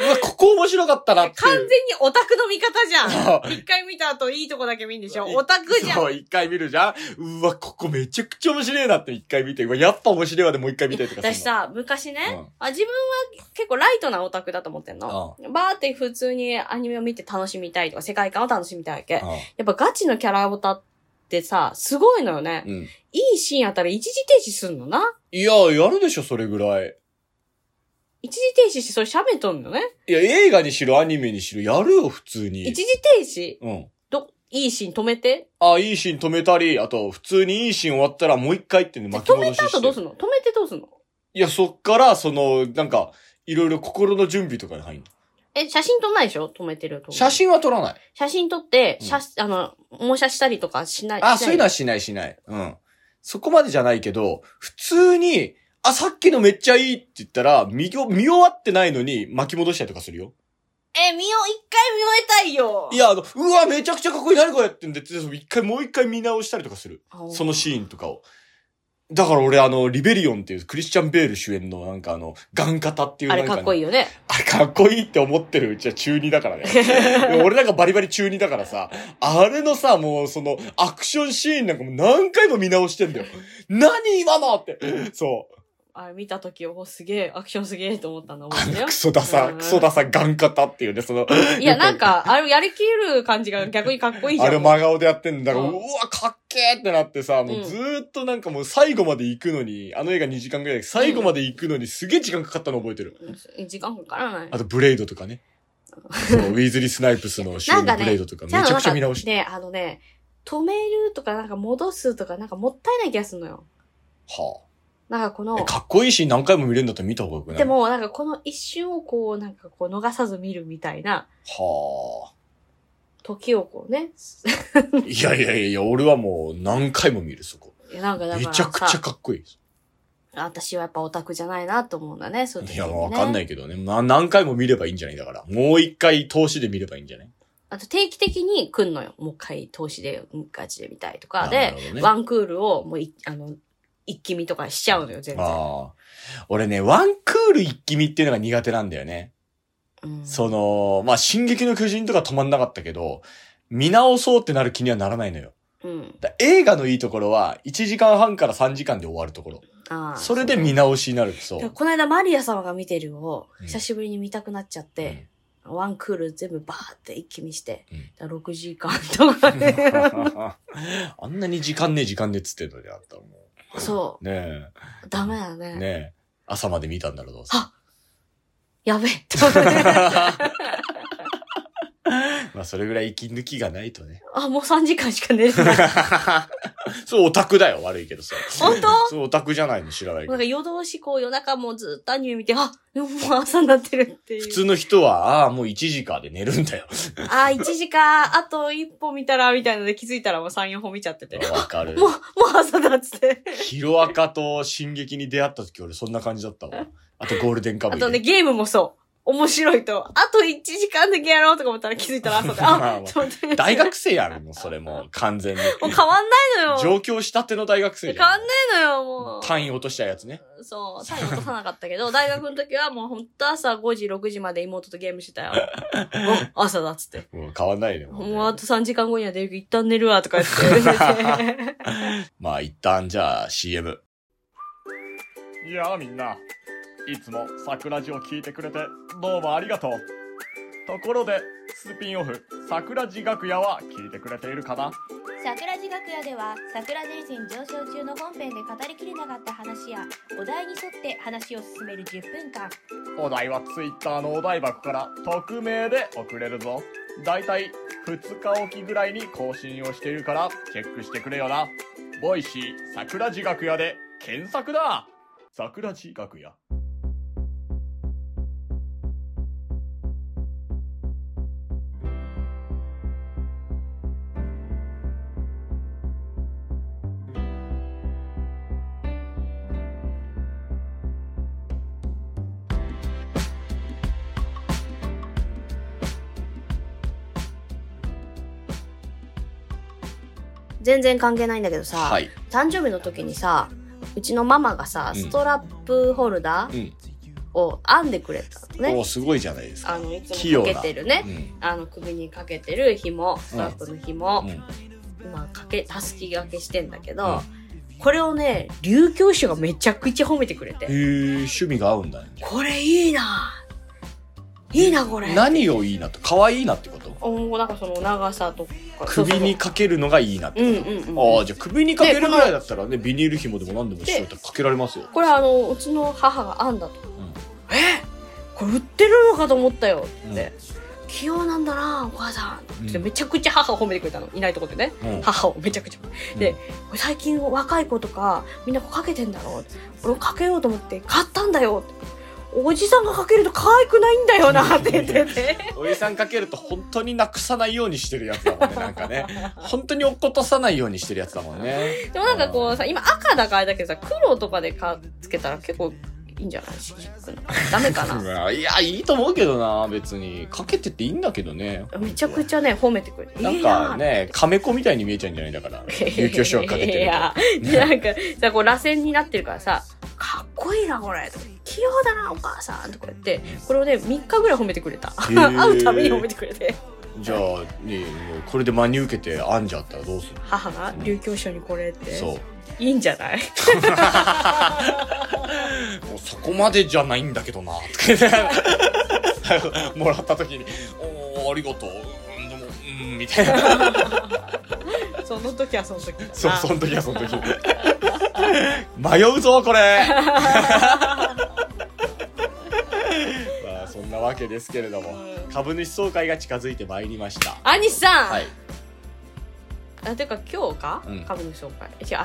S2: うわ、ここ面白かったなっていう。
S1: 完全にオタクの見方じゃ。
S2: そうん
S1: 一回見た後いいとこだけ見るんでしょ
S2: い
S1: オタクじゃん。
S2: そう、一回見るじゃんうわ、ここめちゃくちゃ面白いなって一回見て、うわ、やっぱ面白いわでもう一回見たりとか
S1: 私さ、昔ね、
S2: うん
S1: あ、自分は結構ライトなオタクだと思ってんの。
S2: う
S1: バーって普通にアニメを見て楽しみたいとか、世界観を楽しみたいわけ。
S2: の。
S1: やっぱガチのキャラオタってさ、すごいのよね。
S2: うん。うん。
S1: いいシーンあったら一時停止すんのな。
S2: いや、やるでしょ、それぐらい。
S1: 一時停止してそれ喋っとんのね。
S2: いや、映画にしろ、アニメにしろ、やるよ、普通に
S1: 一。時停止
S2: うん。
S1: ど、いいシーン止めて。
S2: あ、いいシーン止めたり、あと、普通にいいシーン終わったらもう一回ってね、
S1: で
S2: 巻き
S1: 止
S2: 戻
S1: め
S2: したして。
S1: 後どうすんの止めてどうすんの
S2: いや、そっから、その、なんか、いろいろ心の準備とかに入るの。
S1: え、写真撮んないでしょ止めてると。
S2: 写真は撮らない。
S1: 写真撮って、
S2: うん
S1: 写、あの、模写したりとかしない。
S2: あ、
S1: し
S2: そういうのはしないしない。うん。そこまでじゃないけど、普通に、あ、さっきのめっちゃいいって言ったら、見よ、見終わってないのに巻き戻したりとかするよ。
S1: え、見よう、一回見終えたいよ
S2: いや、あの、うわ、めちゃくちゃかっこいい、何これってんで、でその一回、もう一回見直したりとかする。そのシーンとかを。だから俺、あの、リベリオンっていうクリスチャン・ベール主演のなんかあの、ガン型っていう
S1: あ
S2: なん
S1: れ
S2: かね、
S1: かっこいいよね。
S2: あれかっこいいって思ってるうちは中二だからね。でも俺なんかバリバリ中二だからさ、あれのさ、もうそのアクションシーンなんかもう何回も見直してんだよ。何今のって。そう。
S1: あれ見た時、お、すげえ、アクションすげえと思ったんだ、思っ
S2: あ
S1: た
S2: の
S1: よ
S2: ク。ソダサ、クソダサガン型っていうね、その。
S1: いや、なんか、あれやりきる感じが逆にかっこいいじゃ
S2: あ
S1: ん。
S2: れ真顔でやってんだから、
S1: う
S2: うんわ、かっけーってなってさ、もううんずーっとなんかもう最後まで行くのに、あの映画2時間ぐらいで最後まで行くのにすげえ時間かかったの覚えてる。
S1: うん時間かからない。
S2: あとブレイドとかね。そうウ ィズリー・スナイプスの主演のブレイドとかめちゃくちゃ見直して。
S1: ね、あのね、止めるとかなんか戻すとかなんかもったいない気がするのよ。
S2: は
S1: なんかこ
S2: あ、え
S1: の、
S2: かっこいいし何回も見れるんだったら見た方がよくない
S1: で、もなんかこの一瞬をこう、なんかこう逃さず見るみたいな
S2: は
S1: 時をこうね、
S2: あ。いやいやいや、俺はもう何回も見る、そこ。
S1: いやなんかだか
S2: め
S1: ら
S2: ちゃくちゃ
S1: さ、
S2: かっこいいです。
S1: 私
S2: 私
S1: はやっぱオタクじゃないなと思うんだね、そういう時
S2: い
S1: に
S2: や、
S1: ね。
S2: まあわかんないけどね。な何回も見ればいいんじゃないだから。もう一回投資で見ればいいんじゃない
S1: あと定期的に来んのよ。もう一回投資で、ガチで見たいと
S2: あ
S1: か
S2: ーな
S1: で
S2: るほど、ね
S1: ワンクールをもうい、あの、一気見とかしちゃうのよ、全然。
S2: ああ。俺ね、ワンクール一気見っていうのが苦手なんだよね。
S1: うん
S2: その、まあ、進撃の巨人とか止まんなかったけど、見直そうってなる気にはならないのよ。
S1: うん。
S2: だ映画のいいところは、1時間半から3時間で終わるところ。
S1: ああ。
S2: それで見直しになる。そう
S1: だから。この間、マリア様が見てるを
S2: う、ん
S1: 久しぶりに見たくなっちゃって、ワンクール全部バーって一気見して
S2: うん、
S1: だから6時間とかで。
S2: あんなに時間ね時間ねっつってんのにあったらも。
S1: そう
S2: ね
S1: う。ダメだ
S2: え。
S1: ね。
S2: ねえ。朝まで見たんだろうどうせ。
S1: あやべえ。と思 って
S2: まあそれぐらい息抜きがないとね。
S1: あ、もう3時間しか寝れない。
S2: そうオタクだよ、悪いけどさ。
S1: 本当
S2: そうオタクじゃないの知らないけ
S1: なん
S2: ど
S1: か。夜通しこう夜中もうずっとアニメ見て、あ、もう朝になってるっていう。
S2: 普通の人は、ああ、もう1時かで寝るんだよ。
S1: あー、1時か、あと1歩見たら、みたいなので気づいたらもう3、4歩見ちゃってて。
S2: わかる。
S1: もう、もう朝だっつって。
S2: ヒロアカと進撃に出会った時俺そんな感じだったわ。あとゴールデンカム
S1: あ
S2: イ
S1: とね、ゲームもそう。面白いと。あと1時間だけやろうとか思ったら気づいた ら朝で。
S2: まあ
S1: あ
S2: ま、あ
S1: と思って。
S2: 大学生やるの、それもう。完全に。
S1: もう変わんないのよ。
S2: 上京したての大学生
S1: 変
S2: じゃ
S1: わん。
S2: ん
S1: ないのよ、もう。
S2: 単位落としたやつね。
S1: そう、単位落とさなかったけど、大学の時はもうほんと朝5時、6時まで妹とゲームしてた よ。お朝だっつって。
S2: もう変わんないね。もうね
S1: もうあと3時間後には出るけど、一旦寝るわ、とか言 って。
S2: まあ一旦じゃあ CM。いやあみんな、いつも桜地を聞いてくれてどうもありがとう。ところで、スピンオフ、桜地楽屋は聞いてくれているかな
S7: 桜地楽屋では桜前線上昇中の本編で語りきれなかった話やお題に沿って話を進める10分間
S2: お題は Twitter のお題箱から匿名で送れるぞ。だいたい2日おきぐらいに更新をしているからチェックしてくれよな。ボイシー桜地楽屋で検索だ桜地楽屋。
S1: 全然関係ないんだけどさ、
S2: はい。
S1: 誕生日の時にさ、うちのママがさ、
S2: うん
S1: ストラップホルダ
S2: うん
S1: ーを編んでくれたの
S2: お
S1: ね。
S2: ーすごいじゃないですか。
S1: あの、いつ
S2: 器
S1: も
S2: 用
S1: か
S2: だ
S1: けてるね
S2: う。ん。
S1: あの、首にかけてる紐、ストラップの紐、
S2: うん。
S1: まあ、かけ、たすきがけしてんだけど、これをね、琉球師がめちゃくちゃ褒めてくれ
S2: へ
S1: て、
S2: え、趣味が合うんだね。
S1: これいいないいな、これ
S2: 何をいいなと、可愛いなってこと
S1: おなんかその長さとか。
S2: 首にかけるのがいいなって
S1: そうそうそう。う
S2: こと。
S1: んうんうん。
S2: ああ、じゃあ首にかけるぐらいだったらね、ビニール紐でも何でもしといたらかけられますよ。
S1: これあのうちの母が編んだと、
S2: ん
S1: えこれ売ってるのかと思ったよって、器用なんだなお母さん、って
S2: うん
S1: めちゃくちゃ母を褒めてくれたのいないとこでね、
S2: うん
S1: 母をめちゃくちゃ、
S2: うん
S1: でこれ最近若い子とかみんなかけてんだろう俺かけようと思って買ったんだよおじさんがかけると可愛くないんだよなって言ってて
S2: おじさんかけると本当になくさないようにしてるやつだ もんね、なんかね。本当に落っことさないようにしてるやつだもんね。
S1: でもなんかこうさ今赤だからあれだけどさ黒とかでかつけたら結構いいんじゃないしダメかな
S2: うんいや、いいと思うけどな、別に。かけてっていいんだけどね。
S1: めちゃくちゃね、褒めてくれて。
S2: なんかね、カメ子みたいに見えちゃうんじゃないだから。有給証かけて
S1: い
S2: る
S1: や、でなんかさ、こう、螺旋になってるからさ、かっこいいな、これ。とか器用だな、お母さん。とか言って、これをね、3日ぐらい褒めてくれた。
S2: へー
S1: 会うたびに褒めてくれて。
S2: と。じゃあ、ね、もうこれで真に受けて編んじゃったらどうする
S1: 母が、琉球書にこれって。
S2: そう。
S1: いいんじゃない
S2: もうそこまでじゃないんだけ どな、とかねもらった時に、おー、ありがとう。うんでも、うん、みたい な。
S1: その時はその時だな。
S2: そう、その時はその時。迷うぞ、こ れ。まあ、そんなわけですけれども、株主総会が近づいてまいりました。
S1: 兄さん、
S2: はい。
S1: あてか今日か、
S2: うん
S1: 株主紹介。え違う、明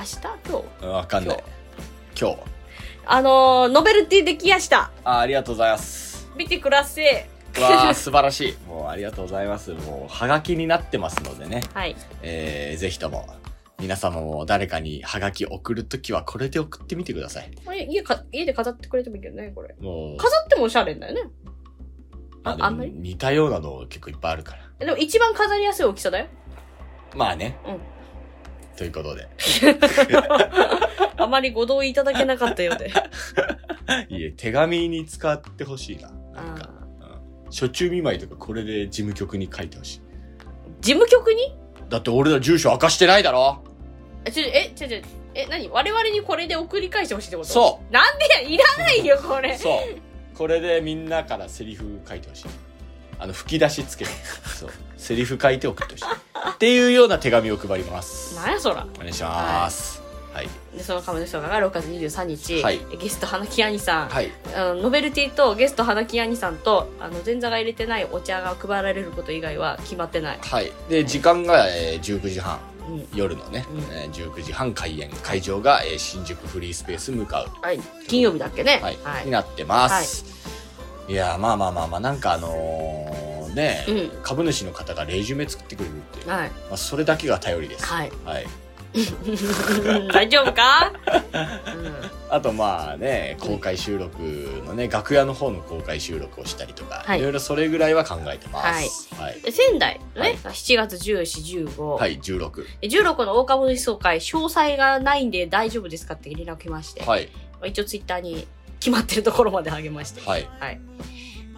S1: 日今日
S2: わかんない。今日。
S1: あのー、ノベルティできやした。
S2: あありがとうございます。
S1: 見てください。
S2: わあ、素晴らしい。もうありがとうございます。もう、はがきになってますのでね。
S1: はい。
S2: えー、ぜひとも、皆様も誰かにはがき送るときはこれで送ってみてください。
S1: これ家か、家で飾ってくれてもいいけどね、これ。
S2: もう、
S1: 飾ってもおしゃれんだよね。あ
S2: でも
S1: あんまり
S2: 似たようなの結構いっぱいあるから。
S1: でも一番飾りやすい大きさだ よ。
S2: まあね。
S1: うん
S2: ということで。
S1: あまりご同意いただけなかったようで。
S2: いえ、手紙に使ってほしいな。なんか、
S1: あ
S2: 初中見舞いとかこれで事務局に書いてほしい。
S1: ー事務局に
S2: だって俺ら住所明かしてないだろ
S1: え、ちょ、え、ちょ、ちょ、え、何我々にこれで送り返してほしいってこと。
S2: そう
S1: なんでや、いらないよ、これ。
S2: そう。これでみんなからセリフ書いてほしい。あの、吹き出しつけて。そう。セリフ書いて送ってほしい。っていうような手紙を配ります。
S1: なんやそら。
S2: お願いします。はい。
S1: で、その株主総会が6月23日、
S2: はい
S1: ゲスト花木兄さん、
S2: はい。
S1: あの、ノベルティとゲスト花木兄さんと、あの、前座が入れてないお茶が配られること以外は決まってない。
S2: はい。で、時間が、えー19時半。
S1: うん。
S2: 夜のね、
S1: うん
S2: えー19時半開演会場が、えー新宿フリースペース向かう
S1: はい。金曜日だっけね。
S2: はい、
S1: はい
S2: に。なってます。い、やー、まあまあまあまあ、なんかあのーね、
S1: うん
S2: 株主の方がレジュメ作ってくれるっていう、ま
S1: はい。
S2: あ、それだけが頼りです。
S1: はい。
S2: はい。
S1: うん大丈夫か、うん
S2: あとまあね、公開収録のね、楽屋の方の公開収録をしたりとか、
S1: はい
S2: い、ろいろそれぐらいは考えてます。はい。
S1: で仙台のね、
S2: は
S1: 7月14、15、
S2: はい、16。
S1: で16の大株主総会、詳細がないんで大丈夫ですかって連絡来まして、
S2: はい、
S1: 一応ツイッターに決まってるところまであげまして、
S2: はい。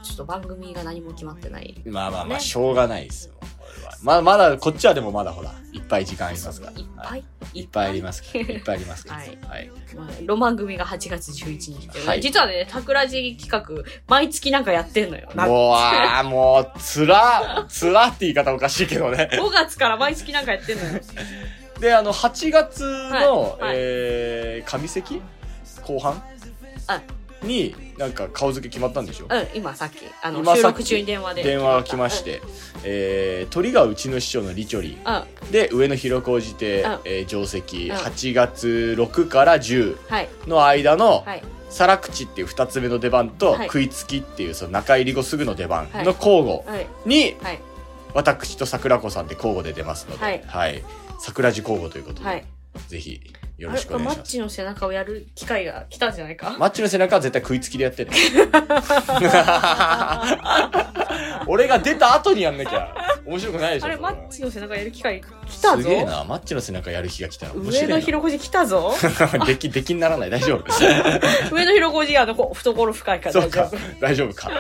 S1: ちょっと番組が何も決まってない。
S2: まあまあまあ、
S1: ね
S2: しょうがないですよ。これはまあまだ、こっちはでもまだほら、いっぱい時間ありますから。
S1: いっ
S2: は
S1: ぱい、
S2: いっぱいありま すから。いっぱいありますから。
S1: は
S2: はいい。
S1: まあロマン組が8月11日で、
S2: はい
S1: 実はね、桜地企画、毎月なんかやってんのよ。な5
S2: もう、あーもう、つら、つらって言い方おかしいけどね。
S1: 月から毎月なんかやってんのよ。
S2: で、あの、8月の、
S1: はいはい
S2: えー、上関後半
S1: あ
S2: に、なんか顔付け決まったんでしょ
S1: うん、今さっき、あの、
S2: 今さっき
S1: 収録中に電話で。
S2: 電話が来まして、えー、鳥がうちの師匠のリチョリン
S1: うん。うん、
S2: で上野広小路邸
S1: うん、
S2: えー、定石、
S1: うん
S2: 8月6から10
S1: はい、
S2: の間の
S1: はい。
S2: 皿口っていう2つ目の出番と、
S1: はい
S2: 食いつきっていうその中入り後すぐの出番
S1: はい
S2: の交互
S1: はい。
S2: に、
S1: はい
S2: 私と桜子さんで交互で出ますので、
S1: はい
S2: 桜地交互ということで、
S1: はい。
S2: ぜひよ
S1: あ
S2: ろ
S1: れ
S2: しくお
S1: か
S2: 願い
S1: マ
S2: し
S1: ッ
S2: ます。
S1: チの背中をやる機会が来たんじゃないか
S2: マッチの背中は絶対食いつきで やってね。 俺が出た後にやんなきゃ。面白くないでしょ
S1: あれ、
S2: そんな
S1: マ
S2: の
S1: ッチの背中やる機会来た
S2: すげえ
S1: ぞ。
S2: なマッチの背中やる日が来たら面
S1: 上
S2: 白
S1: 野
S2: いな
S1: 広子じ来たぞ。
S2: できできにならない大丈 夫
S1: 上野広子じ、あの、こ懐深いから
S2: そう
S1: 大丈
S2: か大丈夫か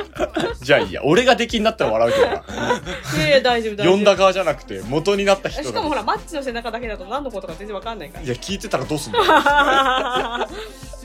S2: じゃあいいや俺ができになったら笑うけどな
S1: 夫。いやいや、大丈夫、大丈夫。
S2: 呼んだ側じゃなくて元になった人
S1: しかもほ
S2: が
S1: ら、マッチの背中だけだと何のことか全然わかんないか
S2: いや聞いてたらどうすん の
S1: ら。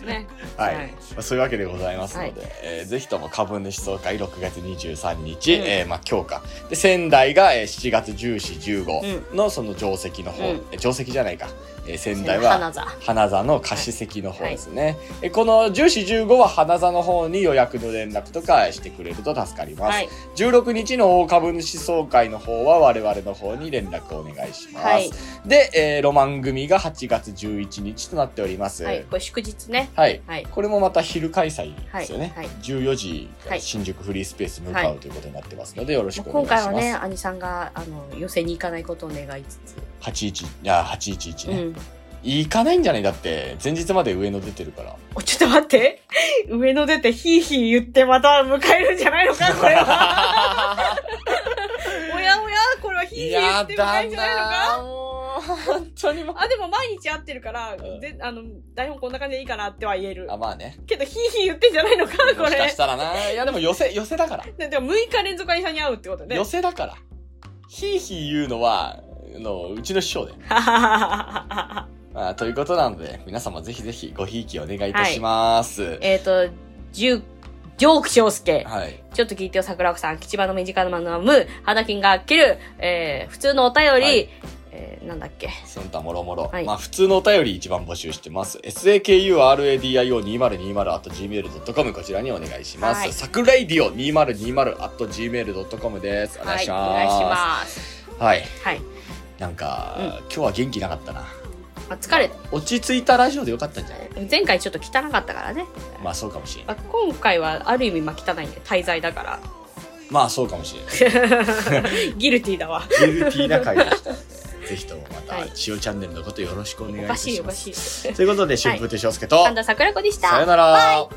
S1: ね。
S2: はい、
S1: はい
S2: まあそういうわけでございますので、えーぜひとも株主総会6月23日、
S1: うん
S2: えーまあ今日かで仙台が、えー7月14、15のその定石の方、
S1: うん
S2: え定石じゃないか、えー仙台は
S8: 花座。
S2: 花座の貸し席の方ですね、えこの14、15は花座の方に予約の連絡とかしてくれると助かります、
S1: はい
S2: 16日の大株主総会の方は我々の方に連絡をお願いします、
S1: はい
S2: で、えーロマン組が8月11日となっております
S1: はい。これ祝日ね。
S2: はい
S1: はい。
S2: これもまた昼開催ですよね、
S8: はいはい
S2: 14時から
S8: はい
S2: 新宿フリースペース向かうということになってますのでよろしくお願い
S8: 今
S2: しま
S8: 回
S2: す、
S8: はね、兄さんが、あの、寄せに行かないことを願いつつ。
S2: 811いや811
S8: う
S2: ね、
S8: ん。
S2: 行かないんじゃないだって前日まで上野出てるから
S1: おちょっと待って。上野出てヒーヒー言ってまた迎えるんじゃないのか、これは。おやおや、これはヒーヒー言って迎えるんじゃないのか。
S2: ーもう本当にもう
S1: あ、でも毎日会ってるから、
S2: ん
S1: であの、台本こんな感じでいいかなっては言える
S2: あ。まあね
S1: けど、ヒーヒー言ってんじゃないのか、こ
S2: もしか
S1: れ
S2: し。たらないやでも寄せ寄せだから、
S1: ででも6日連続兄さんに会うってことね
S2: 寄。せだからひいひい言うのはあのうちの師匠で、まあ、ということなので皆様ぜひぜひごひいきお願いいたしますはい、
S1: えっと、10、ジョーク翔介。
S2: はい
S1: ちょっと聞いてよ、桜子さん。吉場の身近なマナム、肌金が切る、えー、普通のお便り、
S2: はい
S1: えー、なんだっけ。
S2: その他もろもろ。
S1: はい
S2: まあ、普通のお便り一番募集してます。sakuradio2020.gmail.com こちらにお願いします。
S1: はい
S2: 桜井ディオ 2020.gmail.com です。お願いします。
S1: はい、お願いします。
S2: はい。
S1: はい。
S2: なんか、
S1: うん
S2: 今日は元気なかったな。
S1: まあ、疲れ、
S2: 落ち着いたラジオでよかったんじゃない
S1: 前回ちょっと汚かったからね。
S2: まあ、そうかもしれない。
S1: まあ、今回はある意味、まあ、汚いね。滞在だから。
S2: まあ、そうかもしれ ない。
S1: ギルティーだわ。
S2: ギルティーな回でしたので。ぜひともまた、
S1: はい
S2: 千代チャンネルのことよろしくお願いい
S1: お
S2: た
S1: かしい
S2: し
S1: お
S2: ま
S1: か
S2: す。
S1: しい。
S2: ということで、春風亭昇介と、
S1: 神田桜子でした。
S2: さよなら。